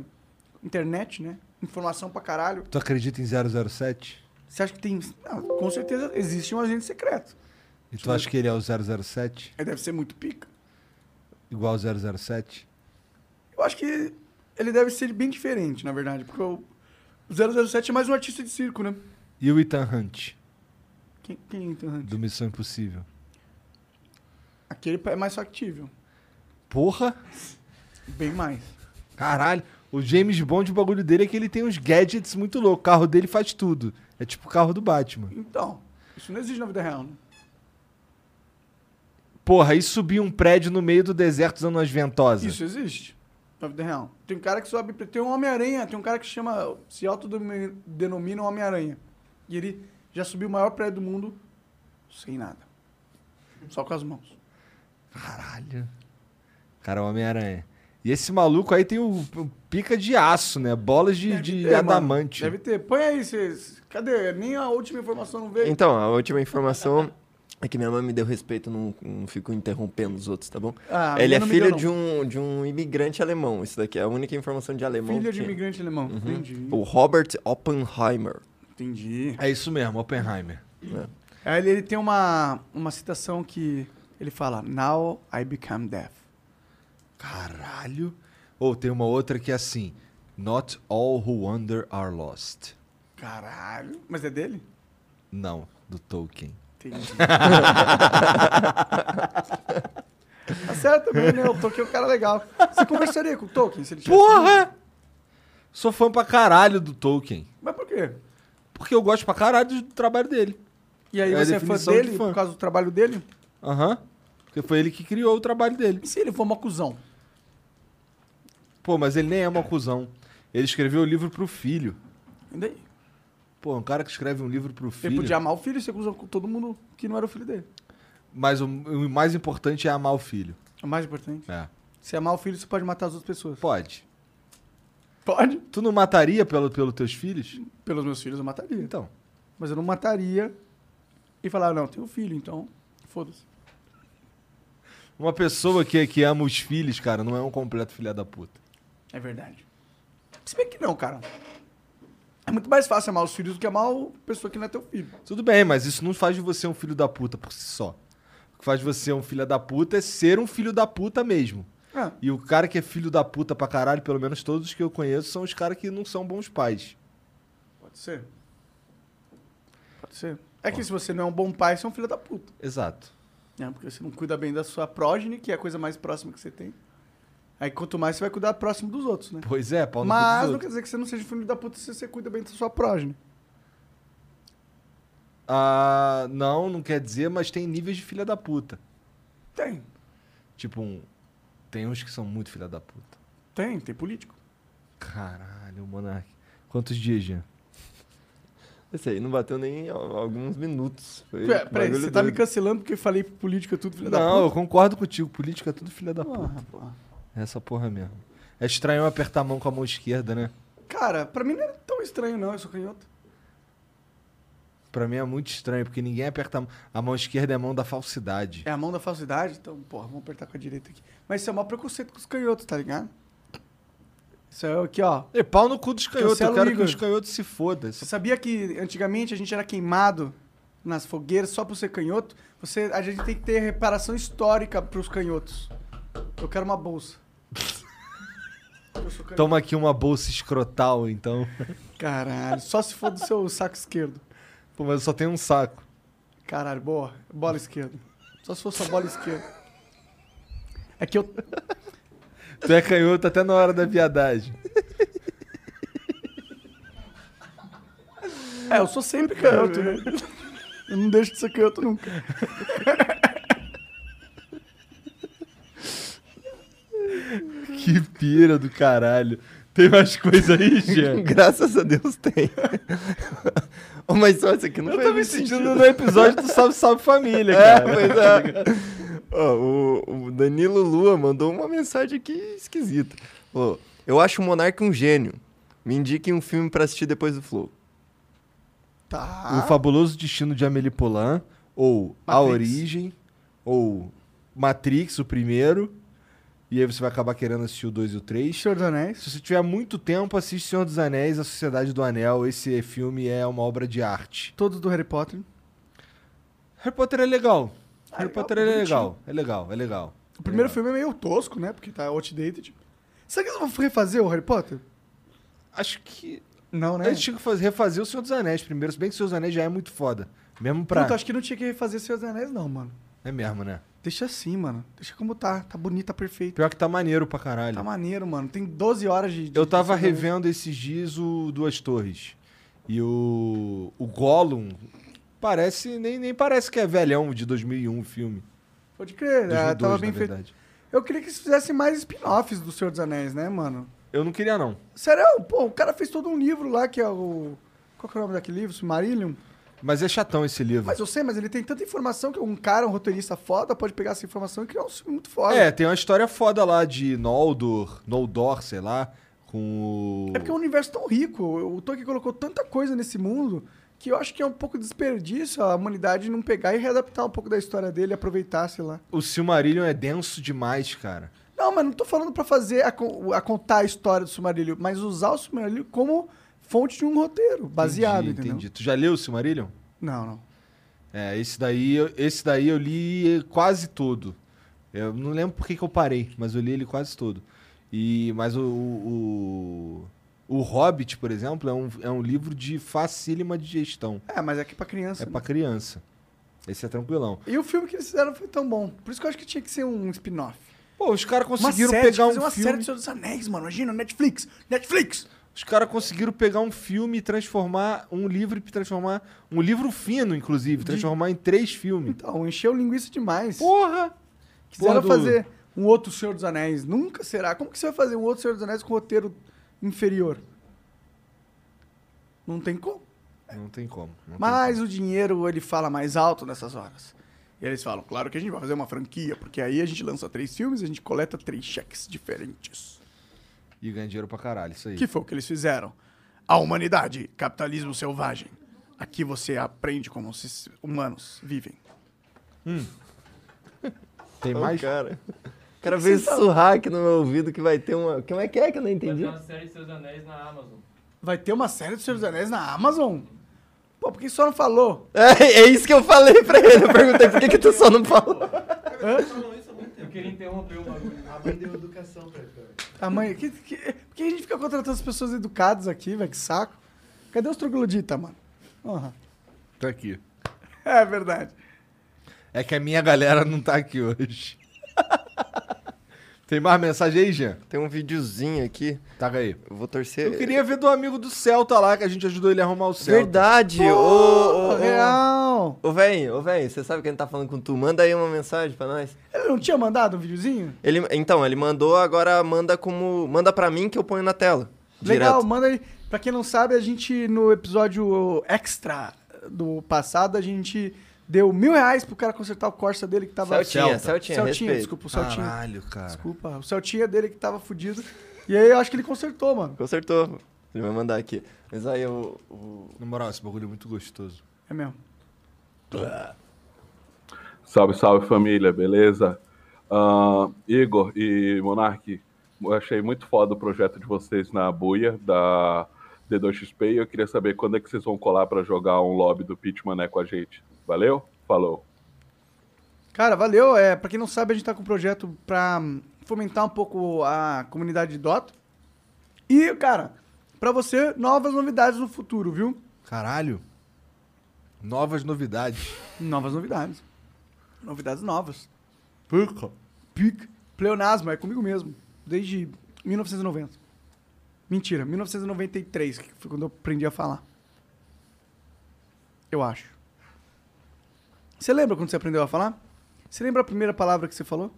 internet, né? Informação pra caralho. Tu acredita em 007? Você acha que tem. Não, com certeza existe um agente secreto. E tu acha que ele é o 007? Ele deve ser muito pica. Igual ao 007? Eu acho que ele deve ser bem diferente, na verdade, porque o 007 é mais um artista de circo, né? E o Ethan Hunt, Quem, quem é Ethan Hunt? do Missão Impossível? Aquele é mais factível. Porra! Bem mais. Caralho! O James Bond, o bagulho dele é que ele tem uns gadgets muito loucos. O carro dele faz tudo. É tipo o carro do Batman. Então, isso não existe na vida real, né? Porra, e subir um prédio no meio do deserto usando umas ventosas? Isso existe na vida real. Tem cara que sobe. Tem um Homem-Aranha, tem um cara que chama. Se autodenomina um Homem-Aranha. E ele já subiu o maior prédio do mundo sem nada. Só com as mãos. Caralho. Cara, é o Homem-Aranha. E esse maluco aí tem o, o pica de aço, né? Bolas de, ter, de mano. adamante. Deve ter. Põe aí, vocês. Cadê? Nem a última informação não veio. Então, a última informação é que minha mãe me deu respeito, não, não fico interrompendo os outros, tá bom? Ah, minha Ele é não me deu, filho não. de um, de um imigrante alemão, isso daqui é a única informação de alemão. Filho que de tinha. imigrante alemão. Uhum. Entendi. O Robert Oppenheimer. Entendi. É isso mesmo, Oppenheimer. Aí ele, ele tem uma, uma citação que ele fala: Now I become deaf. Caralho. Ou tem uma outra que é assim: Not all who wander are lost. Caralho. Mas é dele? Não, do Tolkien. Entendi. tá certo também, né? O Tolkien é um cara legal. Você conversaria com o Tolkien se ele tivesse- Porra! assim, Sou fã pra caralho do Tolkien. Mas por quê? Porque eu gosto pra caralho do trabalho dele. E aí É a você é fã definição de dele fã. por causa do trabalho dele? Aham. Porque foi ele que criou o trabalho dele. E se ele for uma cuzão? Pô, mas ele nem é uma cuzão. Ele escreveu o livro pro filho. E daí? Pô, um cara que escreve um livro pro filho. Ele podia amar o filho e ser cuzão com todo mundo que não era o filho dele. Mas o, o mais importante é amar o filho. É o mais importante. É. Se amar o filho, você pode matar as outras pessoas. Pode. Pode? Tu não mataria pelo, pelos teus filhos? Pelos meus filhos eu mataria. Então. Mas eu não mataria e falar, não, eu tenho filho, então foda-se. Uma pessoa que, que ama os filhos, cara, não é um completo filha da puta. É verdade. Se bem que não, cara. É muito mais fácil amar os filhos do que amar a pessoa que não é teu filho. Tudo bem, mas isso não faz de você um filho da puta por si só. O que faz de você um filho da puta é ser um filho da puta mesmo. É. E o cara que é filho da puta pra caralho, pelo menos todos que eu conheço, são os caras que não são bons pais. Pode ser. Pode ser. É que se você não é um bom pai, você é um filho da puta. Exato. né? Porque você não cuida bem da sua prógene, que é a coisa mais próxima que você tem. Aí quanto mais você vai cuidar próximo dos outros, né? Pois é, pau no cu dos Mas não outros. quer dizer que você não seja um filho da puta se você cuida bem da sua prógene. Ah, não, não quer dizer, mas tem níveis de filha da puta. Tem. Tipo, um, tem uns que são muito filha da puta. Tem, tem político. Caralho, Monark. Quantos dias, Jean? Esse aí não bateu nem al- alguns minutos. Foi Pera- Peraí, bagulho você tá me doido. cancelando porque eu falei política tudo, filho da Não, eu puta? concordo contigo. Política é tudo filha da Porra, puta. porra. É Essa porra mesmo. É estranho eu apertar a mão com a mão esquerda, né? Cara, pra mim não era tão estranho, não. Eu sou canhoto. Pra mim é muito estranho, porque ninguém aperta a mão. A mão esquerda é a mão da falsidade. É a mão da falsidade, então, porra, vamos apertar com a direita aqui. Mas isso é o maior preconceito com os canhotos, tá ligado? Isso é aqui, ó. E pau no cu dos canhotos. Cancela Eu o quero que Igor. os canhotos se fodam. Você sabia que antigamente a gente era queimado nas fogueiras só por ser canhoto? Você, a gente tem que ter reparação histórica pros canhotos. Eu quero uma bolsa. Eu sou canhoto. Toma aqui uma bolsa escrotal, então. Caralho, só se for do seu saco esquerdo. Pô, mas eu só tenho um saco. Caralho, boa. Bola esquerda. Só se for sua bola esquerda. É que eu. Tu é canhoto até na hora da viadagem. É, eu sou sempre canhoto, né? Eu não deixo de ser canhoto nunca. Que pira do caralho. Tem mais coisa aí, Jean? (laughs) Graças a Deus tem. Ô, Mas só isso aqui não Eu faz tô me muito sentindo sentido. no episódio do Salve Salve Família, É, cara. pois é. (laughs) Ó, o, o Danilo Lua mandou uma mensagem aqui esquisita. Falou, eu acho o Monark um gênio. Me indiquem um filme pra assistir depois do Flow. Tá. Ah. O Fabuloso Destino de Amélie Poulain, ou A Matrix. Origem, ou Matrix, o primeiro. E aí você vai acabar querendo assistir o 2 e o 3. Senhor dos Anéis. Se você tiver muito tempo, assiste Senhor dos Anéis, A Sociedade do Anel. Esse filme é uma obra de arte. Todos do Harry Potter. Harry Potter é legal. Ah, Harry Potter é legal. É legal, é legal. O primeiro filme é meio tosco, né? Porque tá outdated. Será que eles vão refazer o Harry Potter? Acho que. Não, né? A gente tinha que fazer- refazer o Senhor dos Anéis primeiro, se bem que o Senhor dos Anéis já é muito foda. Mesmo pra. Puta, acho que não tinha que refazer Senhor dos Anéis, não, mano. É mesmo, né? Deixa assim, mano. Deixa como tá. Tá bonito, tá perfeito. Pior que tá maneiro pra caralho. Tá maneiro, mano. Tem 12 horas de. de- Eu tava de- revendo esses dias o Duas Torres. E o. O Gollum. Parece. Nem, nem parece que é velhão de 2001 o filme. Pode crer, é, 2002, tava na bem feito. verdade. Eu queria que eles fizessem mais spin-offs do Senhor dos Anéis, né, mano? Eu não queria, não. Sério, pô, o cara fez todo um livro lá que é o. Qual que é o nome daquele livro? Silmarillion? Mas é chatão esse livro. Mas eu sei, mas ele tem tanta informação que um cara, um roteirista foda, pode pegar essa informação e criar um filme muito foda. É, tem uma história foda lá de Noldor, Noldor, sei lá, com o... É porque é um universo tão rico. O Tolkien colocou tanta coisa nesse mundo que eu acho que é um pouco desperdício a humanidade não pegar e readaptar um pouco da história dele, aproveitar, sei lá. o Silmarillion é denso demais, cara. Não, mas não tô falando pra fazer a, con- a contar a história do Sumarilho, mas usar o Sumarilho como fonte de um roteiro, baseado, entendi, entendeu? entendi. Tu já leu o Silmarillion? Não, não. É, esse daí, eu- esse daí eu li quase todo. Eu não lembro por que que eu parei, mas eu li ele quase todo. E, mas o, o, o o Hobbit, por exemplo, é um, é um livro de facílima digestão. É, mas é que pra criança. É né? pra criança. Esse é tranquilão. E o filme que eles fizeram foi tão bom. Por isso que eu acho que tinha que ser um spin-off. Pô, os caras conseguiram pegar um uma filme- série do Senhor dos Anéis, mano. Imagina, Netflix, Netflix. Os caras conseguiram pegar um filme e transformar um livro e transformar um livro fino, inclusive, transformar em três filmes. Então, encheu linguiça demais. Porra! Quiseram Porra do- fazer um outro Senhor dos Anéis. Nunca será. Como que você vai fazer um outro Senhor dos Anéis com roteiro inferior? Não tem como. Não tem como. não tem Mas o dinheiro, ele fala mais alto nessas horas. E eles falam, claro que a gente vai fazer uma franquia, porque aí a gente lança três filmes e a gente coleta três cheques diferentes. E ganha dinheiro pra caralho, isso aí. Que foi o que eles fizeram. A humanidade, capitalismo selvagem. Aqui você aprende como os humanos vivem. Tem Ô, mais? (laughs) Cara. O cara Você veio tá- sussurrar aqui no meu ouvido que vai ter uma. Como é que é que eu não entendi? série Seus Anéis na Amazon. Vai ter uma série do Senhor dos Anéis na Amazon? Pô, por que só não falou? É, é isso que eu falei pra ele. Eu perguntei por que, que tu só não falou. Eu queria interromper o bagulho. A mãe deu educação pra ele. A mãe, que, que, por que a gente fica contratando as pessoas educadas aqui, velho? Que saco. Cadê os trogloditas, mano? Porra. Tá aqui. É verdade. É que a minha galera não tá aqui hoje. Tem mais mensagem aí, Jean? Tem um videozinho aqui. Taca aí. Eu vou torcer. Eu queria ver do amigo do Celta lá, que a gente ajudou ele a arrumar o Celta. Verdade! Ô, ô, ô. real. Ô, velho, ô, velho, você sabe quem tá falando com tu? Manda aí uma mensagem pra nós. Ele não tinha mandado um videozinho? Ele, então, ele mandou, agora manda como. Manda pra mim que eu ponho na tela. Legal, direto. manda aí. Pra quem não sabe, a gente, no episódio extra do passado, a gente deu mil reais pro cara consertar o Corsa dele que tava... Celtinha, Celtinha, respeito. desculpa, o Celtinha. Caralho, cara. Desculpa, o Celtinha dele que tava fudido. E aí eu acho que ele consertou, mano. Consertou. Ele vai mandar aqui. Mas aí o. o... Na moral, esse bagulho é muito gostoso. É mesmo. Salve, salve família, beleza? Ah. Ahn, Igor e Monark, eu achei muito foda o projeto de vocês na buia da D2XP e eu queria saber quando é que vocês vão colar pra jogar um lobby do Pitman né, com a gente. Valeu? Falou. Cara, valeu. É, pra quem não sabe, a gente tá com um projeto pra hum, fomentar um pouco a comunidade de Dota. E, cara, pra você, novas novidades no futuro, viu? Caralho. Novas novidades. (laughs) Novas novidades. Novidades novas. Pica. Pica. Pleonasmo, é comigo mesmo. Desde 1990. Mentira, 1993, que foi quando eu aprendi a falar. Eu acho. Você lembra quando você aprendeu a falar? Você lembra a primeira palavra que você falou?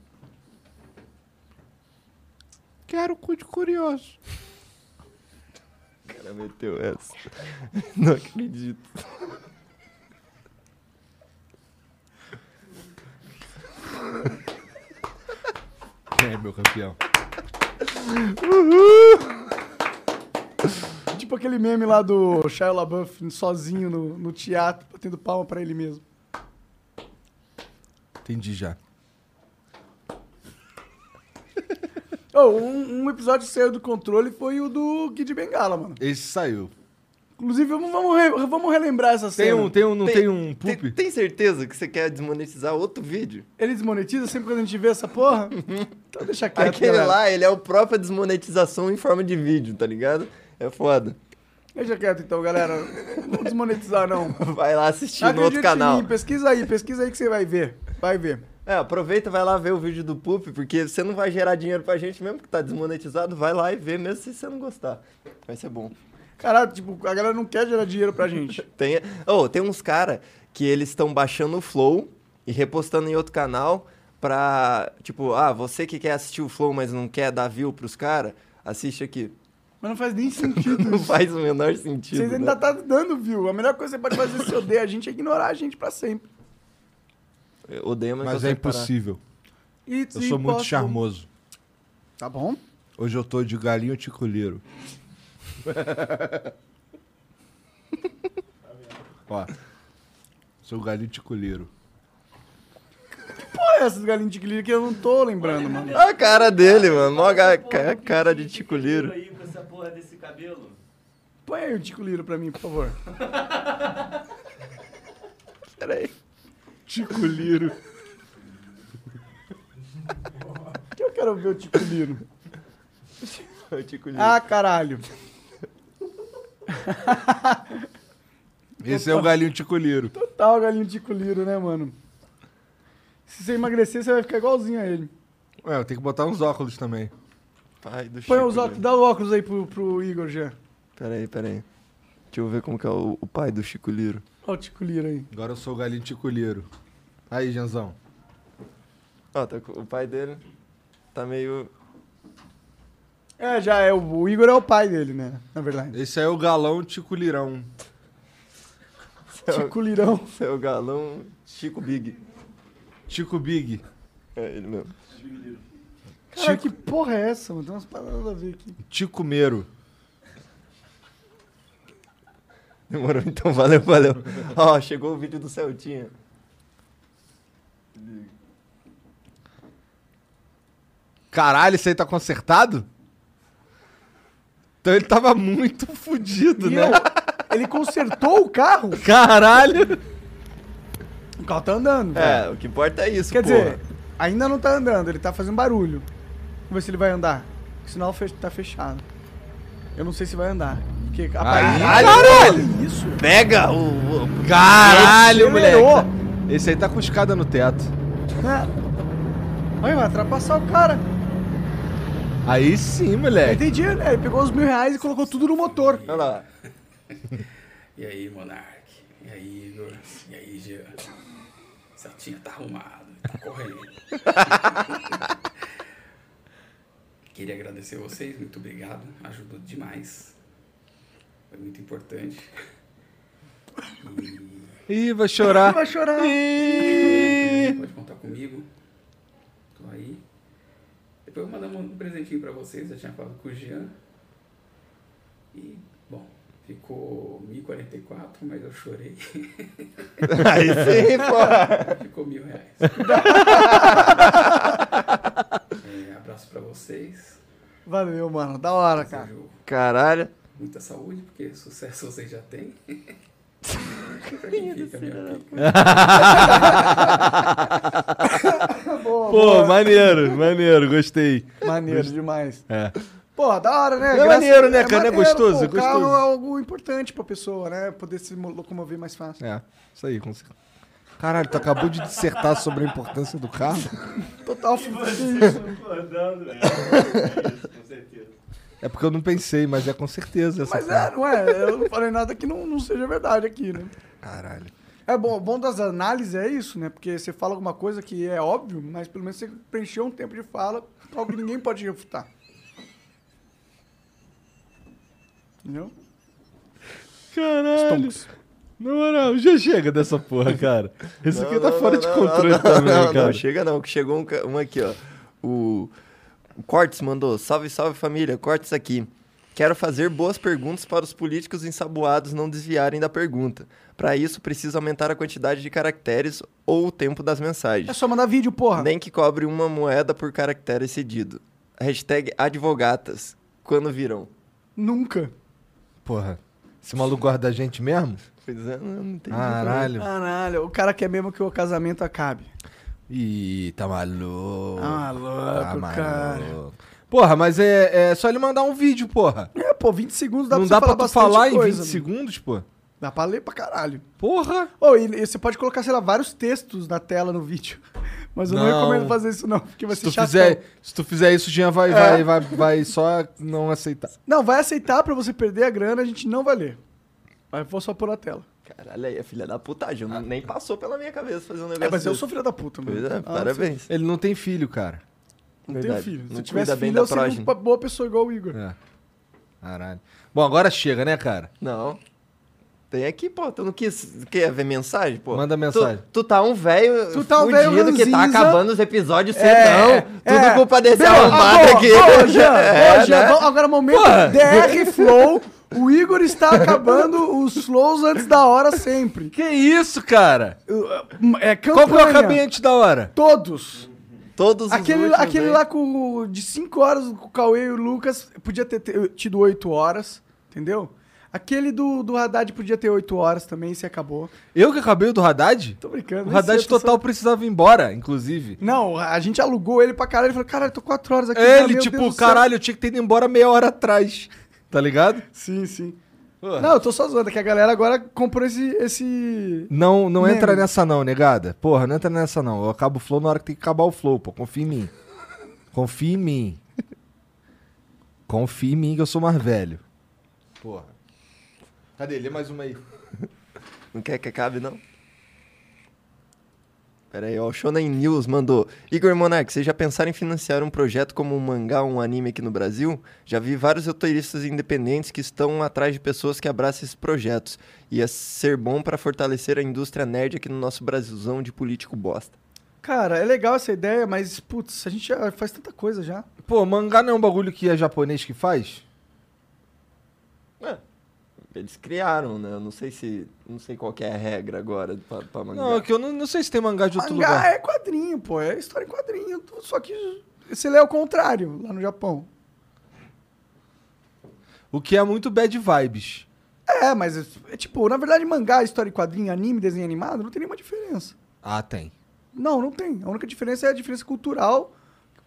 Quero cu de curioso. O cara meteu essa. (laughs) Não acredito. É, meu campeão. Tipo aquele meme lá do Shia LaBeouf sozinho no, no teatro, batendo palma pra ele mesmo. Entendi já. Oh, um, um episódio que saiu do controle foi o do Kid Bengala, mano. Esse saiu. Inclusive, vamos, vamos, re- vamos relembrar essa Tem cena. um- tem um- não tem um Tem, tem certeza que você quer desmonetizar outro vídeo? Ele desmonetiza sempre quando a gente vê essa (laughs) porra? então deixa quieto, Aquele galera. lá, ele é o própria desmonetização em forma de vídeo, tá ligado? É foda. Deixa quieto então, galera. Não vou desmonetizar, não. Vai lá assistir no Acredita outro em canal. mim, pesquisa aí, pesquisa aí que você vai ver. Vai ver. É, aproveita, vai lá ver o vídeo do Pup, porque você não vai gerar dinheiro pra gente mesmo que tá desmonetizado. Vai lá e vê, mesmo se você não gostar. Vai ser bom. Caralho, tipo, a galera não quer gerar dinheiro pra gente. Tem, oh, tem uns cara que eles estão baixando o Flow e repostando em outro canal pra, tipo, ah, você que quer assistir o Flow, mas não quer dar view pros caras, assiste aqui. (laughs) Mas não faz nem (laughs) sentido Não isso. faz o menor sentido. né? Vocês ainda tá dando view. A melhor coisa que você pode fazer se odeia a gente é ignorar a gente pra sempre. Eu odeio, mas Mas eu é tenho que parar. impossível. It's eu sou muito impossible. charmoso. Tá bom? Hoje eu tô de galinho ticuliro. Ó. Sou galinho ticuliro. Porra, é essas galinhas de clique que eu não tô lembrando, mano. Olha a cara dele, mano. Mó ga- ca- cara de ticuliro. aí com essa porra desse cabelo. Põe aí o Tico Liro pra mim, por (laughs) favor. Pera aí. Tico Liro. eu quero ver o Tico Liro. Ah, caralho. Esse é o galinho ticuliro. Total galinho Tico Liro, né, mano? Se você emagrecer, você vai ficar igualzinho a ele. Ué, eu tenho que botar uns óculos também. Pai Põe do Chico os óculos, Liro. dá o óculos aí pro, pro Igor já. Pera aí, pera aí. Deixa eu ver como que é o, o pai do Chico Liro. Olha o Tico Liro aí. Agora eu sou o galinho ticuliro. Aí, Janzão. Ó, tá com- o pai dele tá meio... (laughs) É, já é. O, o Igor é o pai dele, né? Na (laughs) verdade. Esse aí é o galão ticulirão. Tico Lirão. Seu galão Chico Big. Chico Big. É ele mesmo. Cara, que porra é essa, mano? Tem umas paradas a ver aqui. Ticumeiro. Demorou, então valeu, valeu. Ó, chegou o vídeo do Celtinha. Caralho, esse aí tá consertado? Então ele tava muito fudido, né? Ele consertou o carro? Caralho! O carro tá andando, É, velho. o que importa é isso, Quer porra. dizer, ainda não tá andando, ele tá fazendo barulho. Vamos ver se ele vai andar. O sinal fe- tá fechado. Eu não sei se vai andar. Porque a Aí, parada- caralho! Isso. Pega o. Caralho, Acelerou. moleque! Esse aí tá com escada no teto. É. né? Olha, vai ultrapassar o cara. Aí sim, Eu moleque. entendi, né? Ele pegou os mil reais e colocou tudo no motor. Olha lá. E aí, Monark? E aí, Igor? E aí, Jean? Celtinha tá arrumado, tá correndo. Queria agradecer vocês, muito obrigado, ajudou demais. Foi muito importante. Ih, vai chorar. Vai chorar. Pode contar comigo. Tô aí. Depois eu vou mandar um presentinho pra vocês, eu tinha falado com o Jean. E, bom, ficou 1044, mas eu (laughs) chorei. Aí sim, pô. Ficou mil reais. É, abraço pra vocês. Valeu, mano. Da hora, cara. Caralho. Muita saúde, porque sucesso vocês já têm. pra quem fica, minha pica. Boa, Pô, boa. maneiro, maneiro, gostei. Maneiro Gost- demais. É. Pô, da hora, né? É maneiro, né, cara? É gostoso, pô, é O carro gostoso. é algo importante pra pessoa, né? Poder se mo- locomover mais fácil. É, isso aí, com certeza. Caralho, tu acabou de dissertar sobre a importância do carro? Total Acordando, né? É porque eu não pensei, mas é com certeza essa Mas frase. é, não é? Eu não falei nada que não, não seja verdade aqui, né? Caralho. É bom, o bom das análises é isso, né? Porque você fala alguma coisa que é óbvio, mas pelo menos você preencheu um tempo de fala, algo que ninguém pode refutar. Entendeu? Caralho. Na moral, já chega dessa porra, cara. Isso aqui tá fora de controle não, também, não, cara. Não, chega não, que chegou um, ca- um aqui, ó. O, o Cortes mandou, salve, salve família, Cortes aqui. Quero fazer boas perguntas para os políticos ensaboados não desviarem da pergunta. Para isso, preciso aumentar a quantidade de caracteres ou o tempo das mensagens. É só mandar vídeo, porra. Nem que cobre uma moeda por caractere cedido. Hashtag advogatas. Quando virão? Nunca. Porra, esse maluco guarda a gente mesmo? Pois é, não, não entendi. Caralho. Caralho, o cara quer mesmo que o casamento acabe. Ih, tá maluco. Tá maluco, cara. Porra, mas é, é só ele mandar um vídeo, porra. É, pô, 20 segundos dá Não pra dá você falar pra tu bastante falar em coisa, 20 segundos, pô? Dá pra ler pra caralho. Porra! Oh, e, e você pode colocar, sei lá, vários textos na tela no vídeo. (laughs) Mas eu não, Não. recomendo fazer isso, não, porque vai Se ser tu, chato. fizer, se tu fizer isso, o Jean vai, É. vai, vai, vai só não aceitar. Não, vai aceitar pra você perder a grana, a gente não vai ler. Mas vou só pôr na tela. Caralho, aí é filha da putagem. Não- Nem passou pela minha cabeça fazer um negócio Ah. É, mas eu desse. sou filho da puta, mano. Pois é, Ah, parabéns. Ele não tem filho, cara. Não tenho filho. Se Não eu tivesse cuida bem filho, da eu seria um prógena. uma boa pessoa igual o Igor. É. Caralho. Bom, agora chega, né, cara? Não. Tem aqui, pô. Tu não quis, quer ver mensagem, pô? Manda Tu- mensagem. Tu, tá um velho Tu tá um fudido velho que tá ranzinza. acabando os episódios É, cedão. Tudo é. culpa desse Meu, arrombado boa, aqui. boa, Jean, (laughs) É, Ô, ah, Jean, né? vamos- agora momento Porra. DR Flow. O Igor está acabando os flows antes da hora sempre. Que isso, cara? É Qual campanha. que eu acabei antes da hora? Todos. Todos os Aquele, últimos, aquele hein? lá com, o- de 5 horas com o Cauê e o Lucas podia ter, te- tido 8 horas, entendeu? Aquele do, do Haddad podia ter 8 horas também, se acabou. Eu que acabei o do Haddad? Tô brincando. O nem sei, Haddad é, eu tô total só- precisava ir embora, inclusive. Não, a gente alugou ele pra caralho. Ele falou, caralho, tô 4 horas aqui. É, já, ele, meu Deus tipo, do céu." caralho, eu tinha que ter ido embora meia hora atrás. Tá ligado? Sim, sim. Porra. Não, eu tô só zoando, é que a galera agora comprou esse... esse... Não, não meme. entra nessa não, negada. Porra, não entra nessa não. Eu acabo o flow na hora que tem que acabar o flow, pô. Confia em mim. Confia em mim. Confia em mim que eu sou mais velho. Porra. Cadê? Lê mais uma aí. (laughs) Não quer que acabe, não? Pera aí, ó. O Shonen News mandou. Igor Monark, vocês já pensaram em financiar um projeto como um mangá ou um anime aqui no Brasil? Já vi vários roteiristas independentes que estão atrás de pessoas que abraçam esses projetos. Ia ser bom pra fortalecer a indústria nerd aqui no nosso Brasilzão de político bosta. Cara, é legal essa ideia, mas, putz, a gente já faz tanta coisa já. Pô, mangá não é um bagulho que é japonês que faz? É, Eles criaram, né? Eu não sei se. Não sei qual que é a regra agora pra, pra mangá. Não, é que eu não, não sei se tem mangá de outro Mangá lugar. é quadrinho, pô. É história em quadrinho. tu- Só que você lê ao contrário lá no Japão. O que é muito bad vibes. É, mas é tipo, na verdade, mangá, história em quadrinho, anime, desenho animado, não tem nenhuma diferença. Ah, tem. Não, não tem. A única diferença é a diferença cultural,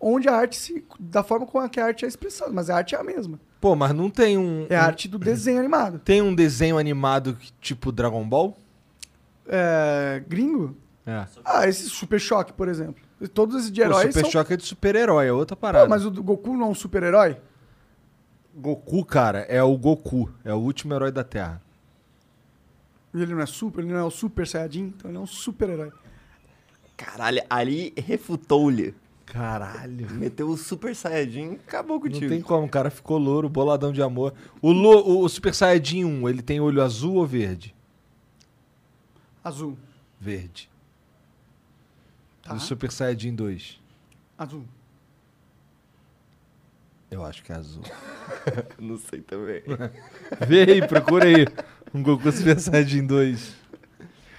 onde a arte se. da forma como a que a arte é expressada. Mas a arte é a mesma. Pô, mas não tem um. É a arte do desenho animado. Tem um desenho animado que- tipo Dragon Ball? É. gringo? É. Ah, esse Super Choque, por exemplo. Todos esses de O heróis. Super são... Choque é de super-herói, é outra parada. Pô, mas o do Goku não é um super-herói? Goku, cara, é o Goku. É o último herói da Terra. E Ele não é super, ele não é o Super Saiyajin, então ele é um super-herói. Caralho, ali refutou-lhe. Caralho. Meteu o Super Saiyajin e acabou Não contigo. tem como, o cara ficou louro, boladão de amor. O, lo- o- o Super Saiyajin 1, ele tem olho azul ou verde? Azul. Verde. Tá. E o Super Saiyajin 2? Azul. Eu acho que é azul. (laughs) Não sei também. Vê aí, procura aí. Um Goku Super Saiyajin 2.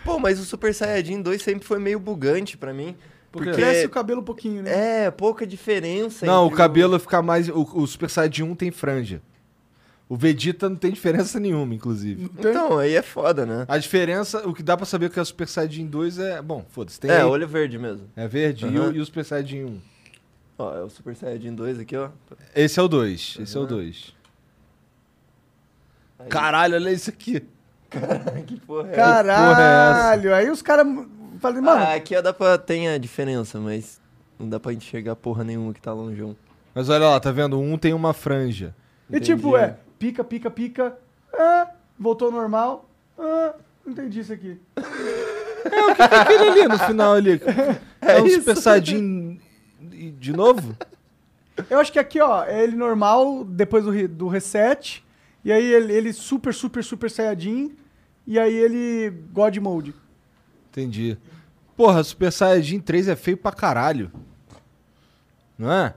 Pô, mas o Super Saiyajin 2 sempre foi meio bugante pra mim. Por quê? Porque Cresce o cabelo um pouquinho, né? é pouca diferença. Não, o entre cabelo fica mais. O, o Super Saiyajin 1 tem franja. O Vegeta não tem diferença nenhuma, inclusive. Então, aí é foda, né? A diferença, o que dá pra saber que é o Super Saiyajin 2 é. Bom, foda-se. Tem É, aí. olho verde mesmo. É verde. E o- Aham. E, o, Super Saiyajin 1? Ó, é o Super Saiyajin 2 aqui, ó. Esse é o 2. Esse é o Aham. 2. Caralho, olha isso aqui. Caralho, (laughs) que porra é Caralho! Aí os caras. Falei, mano. Ah, aqui ó, dá pra... tem a diferença, mas não dá pra enxergar porra nenhuma que tá longeão. Mas olha lá, tá vendo? Um tem uma franja. e tipo, é, pica, pica, pica. Ah, voltou ao normal. Ah, não entendi isso aqui. Aquele ali no final ali. É, um Super Saiyajin e- de novo? Eu acho que aqui, ó, é ele normal, depois do, re- do reset. E aí ele, ele super, super, super saiyajin. E aí ele God Mode. Entendi. Porra, Super Saiyajin 3 é feio pra caralho. Não é?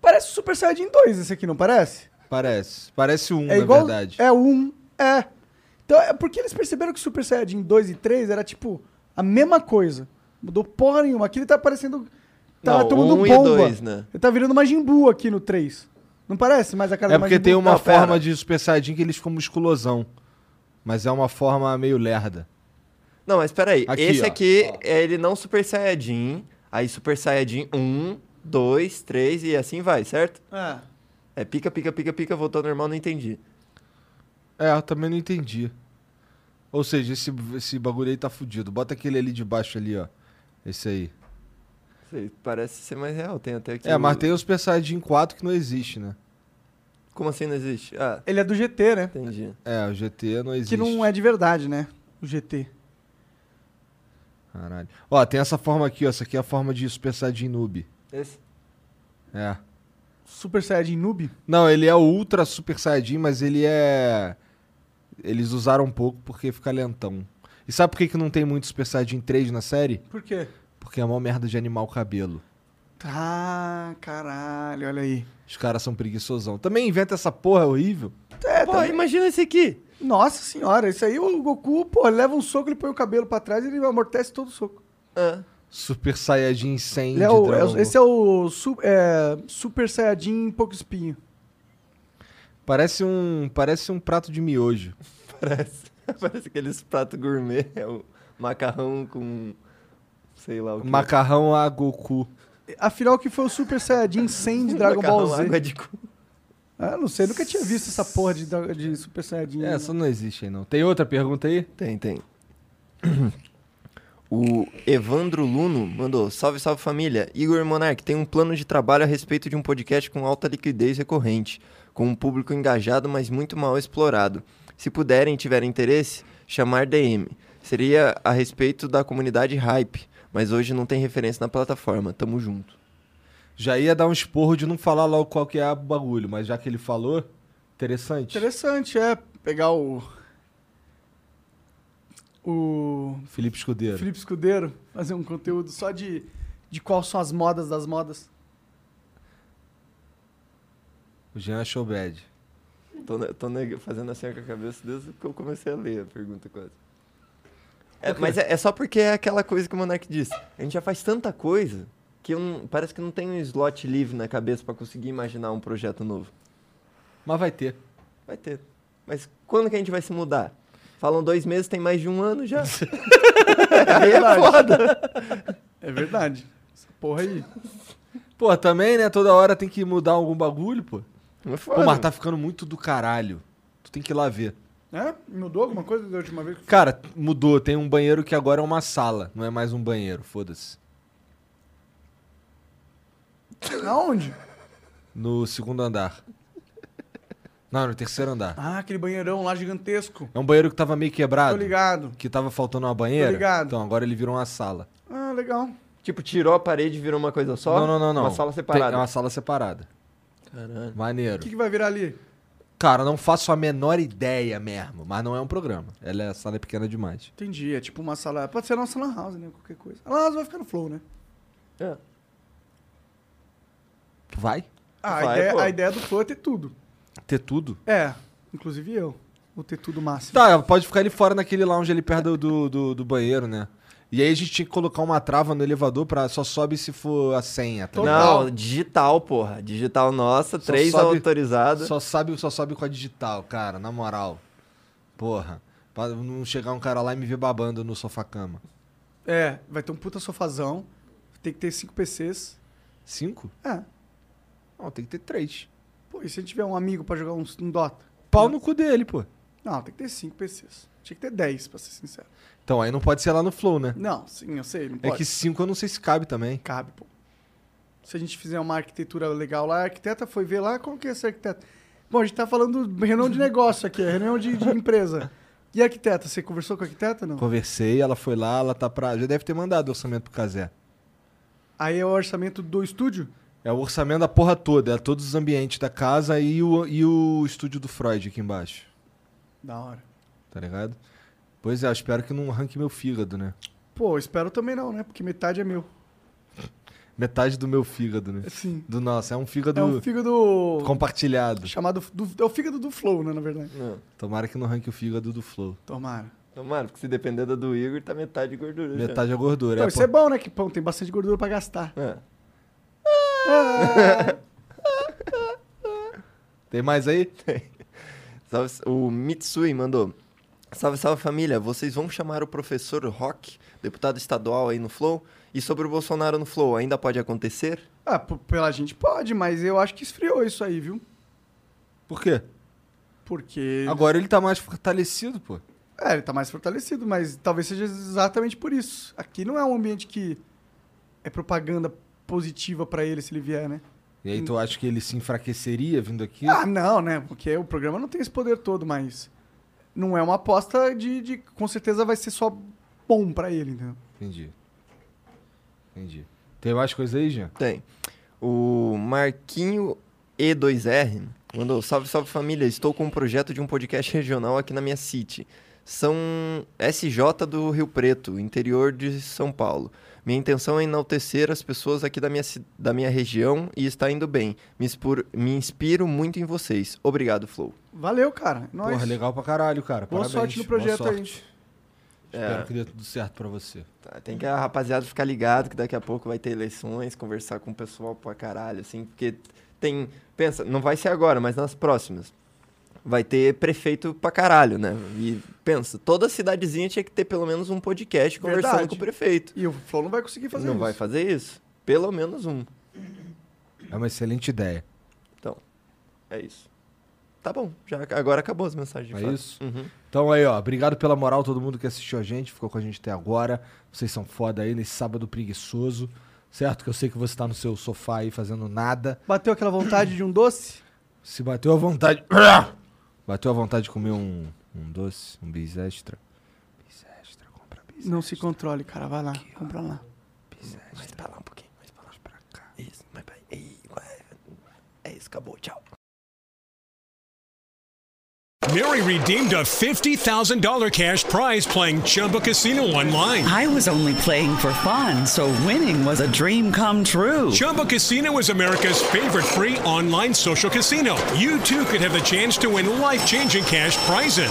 Parece Super Saiyajin 2 esse aqui, não parece? Parece. Parece um, é na igual. verdade. É um. É. Então é porque eles perceberam que Super Saiyajin 2 e 3 era tipo a mesma coisa. Mudou porra nenhuma. Aqui ele tá parecendo. Tá Não, tomando um e bomba. dois, né? Ele tá virando Majin Buu aqui no 3. Não parece mais a cara É do porque Majin tem Buu? uma Não, pera. forma de Super Saiyajin que eles ficam musculosão. Mas é uma forma meio lerda. Não, mas peraí. Aqui, Esse ó, aqui, é ele não Super Saiyajin, aí Super Saiyajin 1, 2, 3 e assim vai, certo? É. É pica, pica, pica, pica, voltou ao normal, não entendi. É, eu também não entendi. Ou seja, esse, esse bagulho aí tá fudido. Bota aquele ali de baixo ali, ó. Esse aí. Isso aí Parece ser mais real, tem até aqui. um- É, o- mas tem o Super Saiyajin 4 que não existe, né? Como assim não existe? Ah, Ele é do GT, né? entendi. É, o GT não existe. Que não é de verdade, né? O GT. Caralho. Ó, tem essa forma aqui, ó. Essa aqui é a forma de Super Saiyajin Noob. Esse? É. Super Saiyajin noob? Não, ele é o ultra super saiyajin, mas ele é. Eles usaram um pouco porque fica lentão. E sabe por que, que não tem muito Super Saiyajin 3 na série? Por quê? Porque é uma merda de animal cabelo. Tá, caralho, olha aí. Os caras são preguiçosão. Também inventa essa porra horrível. É, Pô, imagina esse aqui. Nossa senhora, isso aí o Goku, pô, ele leva um soco, ele põe o cabelo pra trás e ele amortece todo o soco. Ah, Super Saiyajin 100 Ele é o- de Dragon é o- esse é o su- é, Super Saiyajin pouco espinho. Parece um, parece um prato de miojo. (laughs) Parece, parece aqueles pratos gourmet. É o macarrão com. Sei lá o que. Macarrão a Goku. Afinal, que foi o Super Saiyajin 100 (laughs) de Dragon Ball Macarrão, Z? água de cu. Ah, não sei, nunca tinha visto essa porra de, dra- de Super Saiyajin. É, Essa não existe aí não. Tem outra pergunta aí? Tem, tem. (clears throat) O Evandro Luno mandou: Salve, salve família. Igor Monark tem um plano de trabalho a respeito de um podcast com alta liquidez recorrente, com um público engajado, mas muito mal explorado. Se puderem e tiverem interesse, chamar DM. Seria a respeito da comunidade hype, mas hoje não tem referência na plataforma. Tamo junto. Já ia dar um esporro de não falar logo qual que é o bagulho, mas já que ele falou, interessante. Interessante, é, pegar o... O Felipe Escudeiro. Felipe Escudeiro, fazer um conteúdo só de, de quais são as modas das modas. O Jean achou bad. Tô, ne- tô neg- fazendo assim com a cabeça desde que eu comecei a ler a pergunta quase. É, quê? mas é, é só porque é aquela coisa que o Monark disse. A gente já faz tanta coisa que eu não- parece que não tem um slot livre na cabeça pra conseguir imaginar um projeto novo. Mas vai ter. Vai ter. Mas quando que a gente vai se mudar? Falam dois meses, tem mais de um (laughs) ano já. (laughs) Aí é verdade. foda. É verdade. Essa porra aí. Pô, também, né? Toda hora tem que mudar algum bagulho, pô. Mas Pô, mas tá ficando muito do caralho. Tu tem que ir lá ver. É? Mudou alguma coisa da última vez? Cara, mudou. Tem um banheiro que agora é uma sala, não é mais um banheiro. Foda-se. Aonde? No segundo andar. Não, no terceiro andar. Ah, aquele banheirão lá gigantesco. É um banheiro que tava meio quebrado. Tô ligado. Que tava faltando uma banheira. Tô ligado. Então agora ele virou uma sala. Ah, legal. Tipo, tirou a parede e virou uma coisa só? Não, não, não, não. Uma sala Tem- separada. É uma sala separada. Caralho. O Maneiro. que, que vai virar ali? Cara, não faço a menor ideia mesmo, mas não é um programa. Ela é, a sala é pequena demais. Entendi, é tipo uma sala... Pode ser nossa lan house, né? Qualquer coisa. A lan house vai ficar no flow, né? É. Vai Ah, a, Vai, ideia, pô. a ideia do flow é ter tudo. ter tudo. É, inclusive eu. Vou ter tudo máximo. Tá, pode ficar ali fora naquele lounge ali perto do, do, do- do banheiro, né? E aí a gente tinha que colocar uma trava no elevador pra só sobe se for a senha, tá Não, digital, porra. Digital nossa, três autorizados. Só sabe, só sobe com a digital, cara, na moral. Porra. Pra não chegar um cara lá e me ver babando no sofá-cama. É, vai ter um puta sofazão. Tem que ter cinco PCs. Cinco? É. Não, tem que ter três. Pô, e se a gente tiver um amigo pra jogar um, um Dota? Pau no cu dele, pô. Não, tem que ter cinco PCs. Tinha que ter dez, pra ser sincero. Então aí não pode ser lá no Flow, né? Não, sim, eu sei, não É pode. que cinco eu não sei se cabe também. Cabe, pô. Se a gente fizer uma arquitetura legal lá, a arquiteta foi ver lá, qual que é esse arquiteto? Bom, a gente tá falando de reunião de negócio aqui, é reunião de, de empresa. E a arquiteta, você conversou com a arquiteta não? Conversei, ela foi lá, ela tá pra. Já deve ter mandado o orçamento pro Casé. Aí é o orçamento do estúdio? É o orçamento da porra toda, é todos os ambientes da casa e o, e o estúdio do Freud aqui embaixo, Da hora. tá ligado? Pois é, eu espero que não arranque meu fígado, né? Pô, espero também não, né? Porque metade é meu. Metade do meu fígado, né? Sim. Do nosso, é um fígado, É um fígado compartilhado. chamado... do- é o fígado do Flow, né, na verdade. Tomara que não arranque o fígado do Flow. Tomara. Tomara, Então, porque se depender da do Igor, tá metade de gordura. já. Metade é gordura. Então, é, isso pô- é bom, né? Que pão tem bastante gordura pra gastar. É. Tem mais aí? Tem. Salve- O Mitsui mandou. Salve, salve família. Vocês vão chamar o professor Rock, deputado estadual aí no Flow? E sobre o Bolsonaro no Flow, ainda pode acontecer? Ah, p- pela gente pode, mas eu acho que esfriou isso aí, viu? Por quê? Porque. Agora ele tá mais fortalecido, pô. É, ele tá mais fortalecido, mas talvez seja exatamente por isso. Aqui não é um ambiente que é propaganda positiva pra ele se ele vier, né? E aí tu acha que ele se enfraqueceria vindo aqui? Ah, não, né? Porque o programa não tem esse poder todo, mas. Não é uma aposta de. de- com certeza vai ser só bom pra ele, entendeu? Entendi. Entendi. Tem mais coisa aí, Jean? Tem. O Marquinho E2R mandou: Salve, salve família, estou com um projeto de um podcast regional aqui na minha city. São SJ do Rio Preto, interior de São Paulo. Minha intenção é enaltecer as pessoas aqui da minha, ci- da minha região e está indo bem. Me, expor- me inspiro muito em vocês. Obrigado, Flow. Valeu, cara. Nós. Porra, legal pra caralho, cara. Boa Parabéns. sorte no boa projeto sorte. aí. Espero É. que dê tudo certo pra você. Tá, Tem que a rapaziada ficar ligado que daqui a pouco vai ter eleições, conversar com o pessoal pra caralho, assim, porque tem. Pensa, não vai ser agora, mas nas próximas. Vai ter prefeito pra caralho, né? E pensa, toda cidadezinha tinha que ter pelo menos um podcast conversando Verdade. com o prefeito. E o Flow não vai conseguir fazer não isso. vai fazer isso? Pelo menos um. É uma excelente ideia. Então, é isso. Tá bom, já, agora acabou as mensagens de É fato. isso? Uhum. Então aí, ó. Obrigado pela moral, todo mundo que assistiu a gente, ficou com a gente até agora. Vocês são foda aí nesse sábado preguiçoso, certo? Que eu sei que você tá no seu sofá aí fazendo nada. Bateu aquela vontade de um doce? Se bateu a vontade. (coughs) Bateu a vontade de comer um, um doce, um bis extra. Não se controle, cara. Vai lá. Compra lá. Mais pra lá um pouquinho, mais pra lá. Mais pra cá. Isso, mas vai. Ei, vai. É isso, acabou, tchau. Mary redeemed a $50,000 cash prize playing Chumba Casino online. I was only playing for fun, so winning was a dream come true. Chumba Casino is America's favorite free online social casino. You too could have the chance to win life changing cash prizes.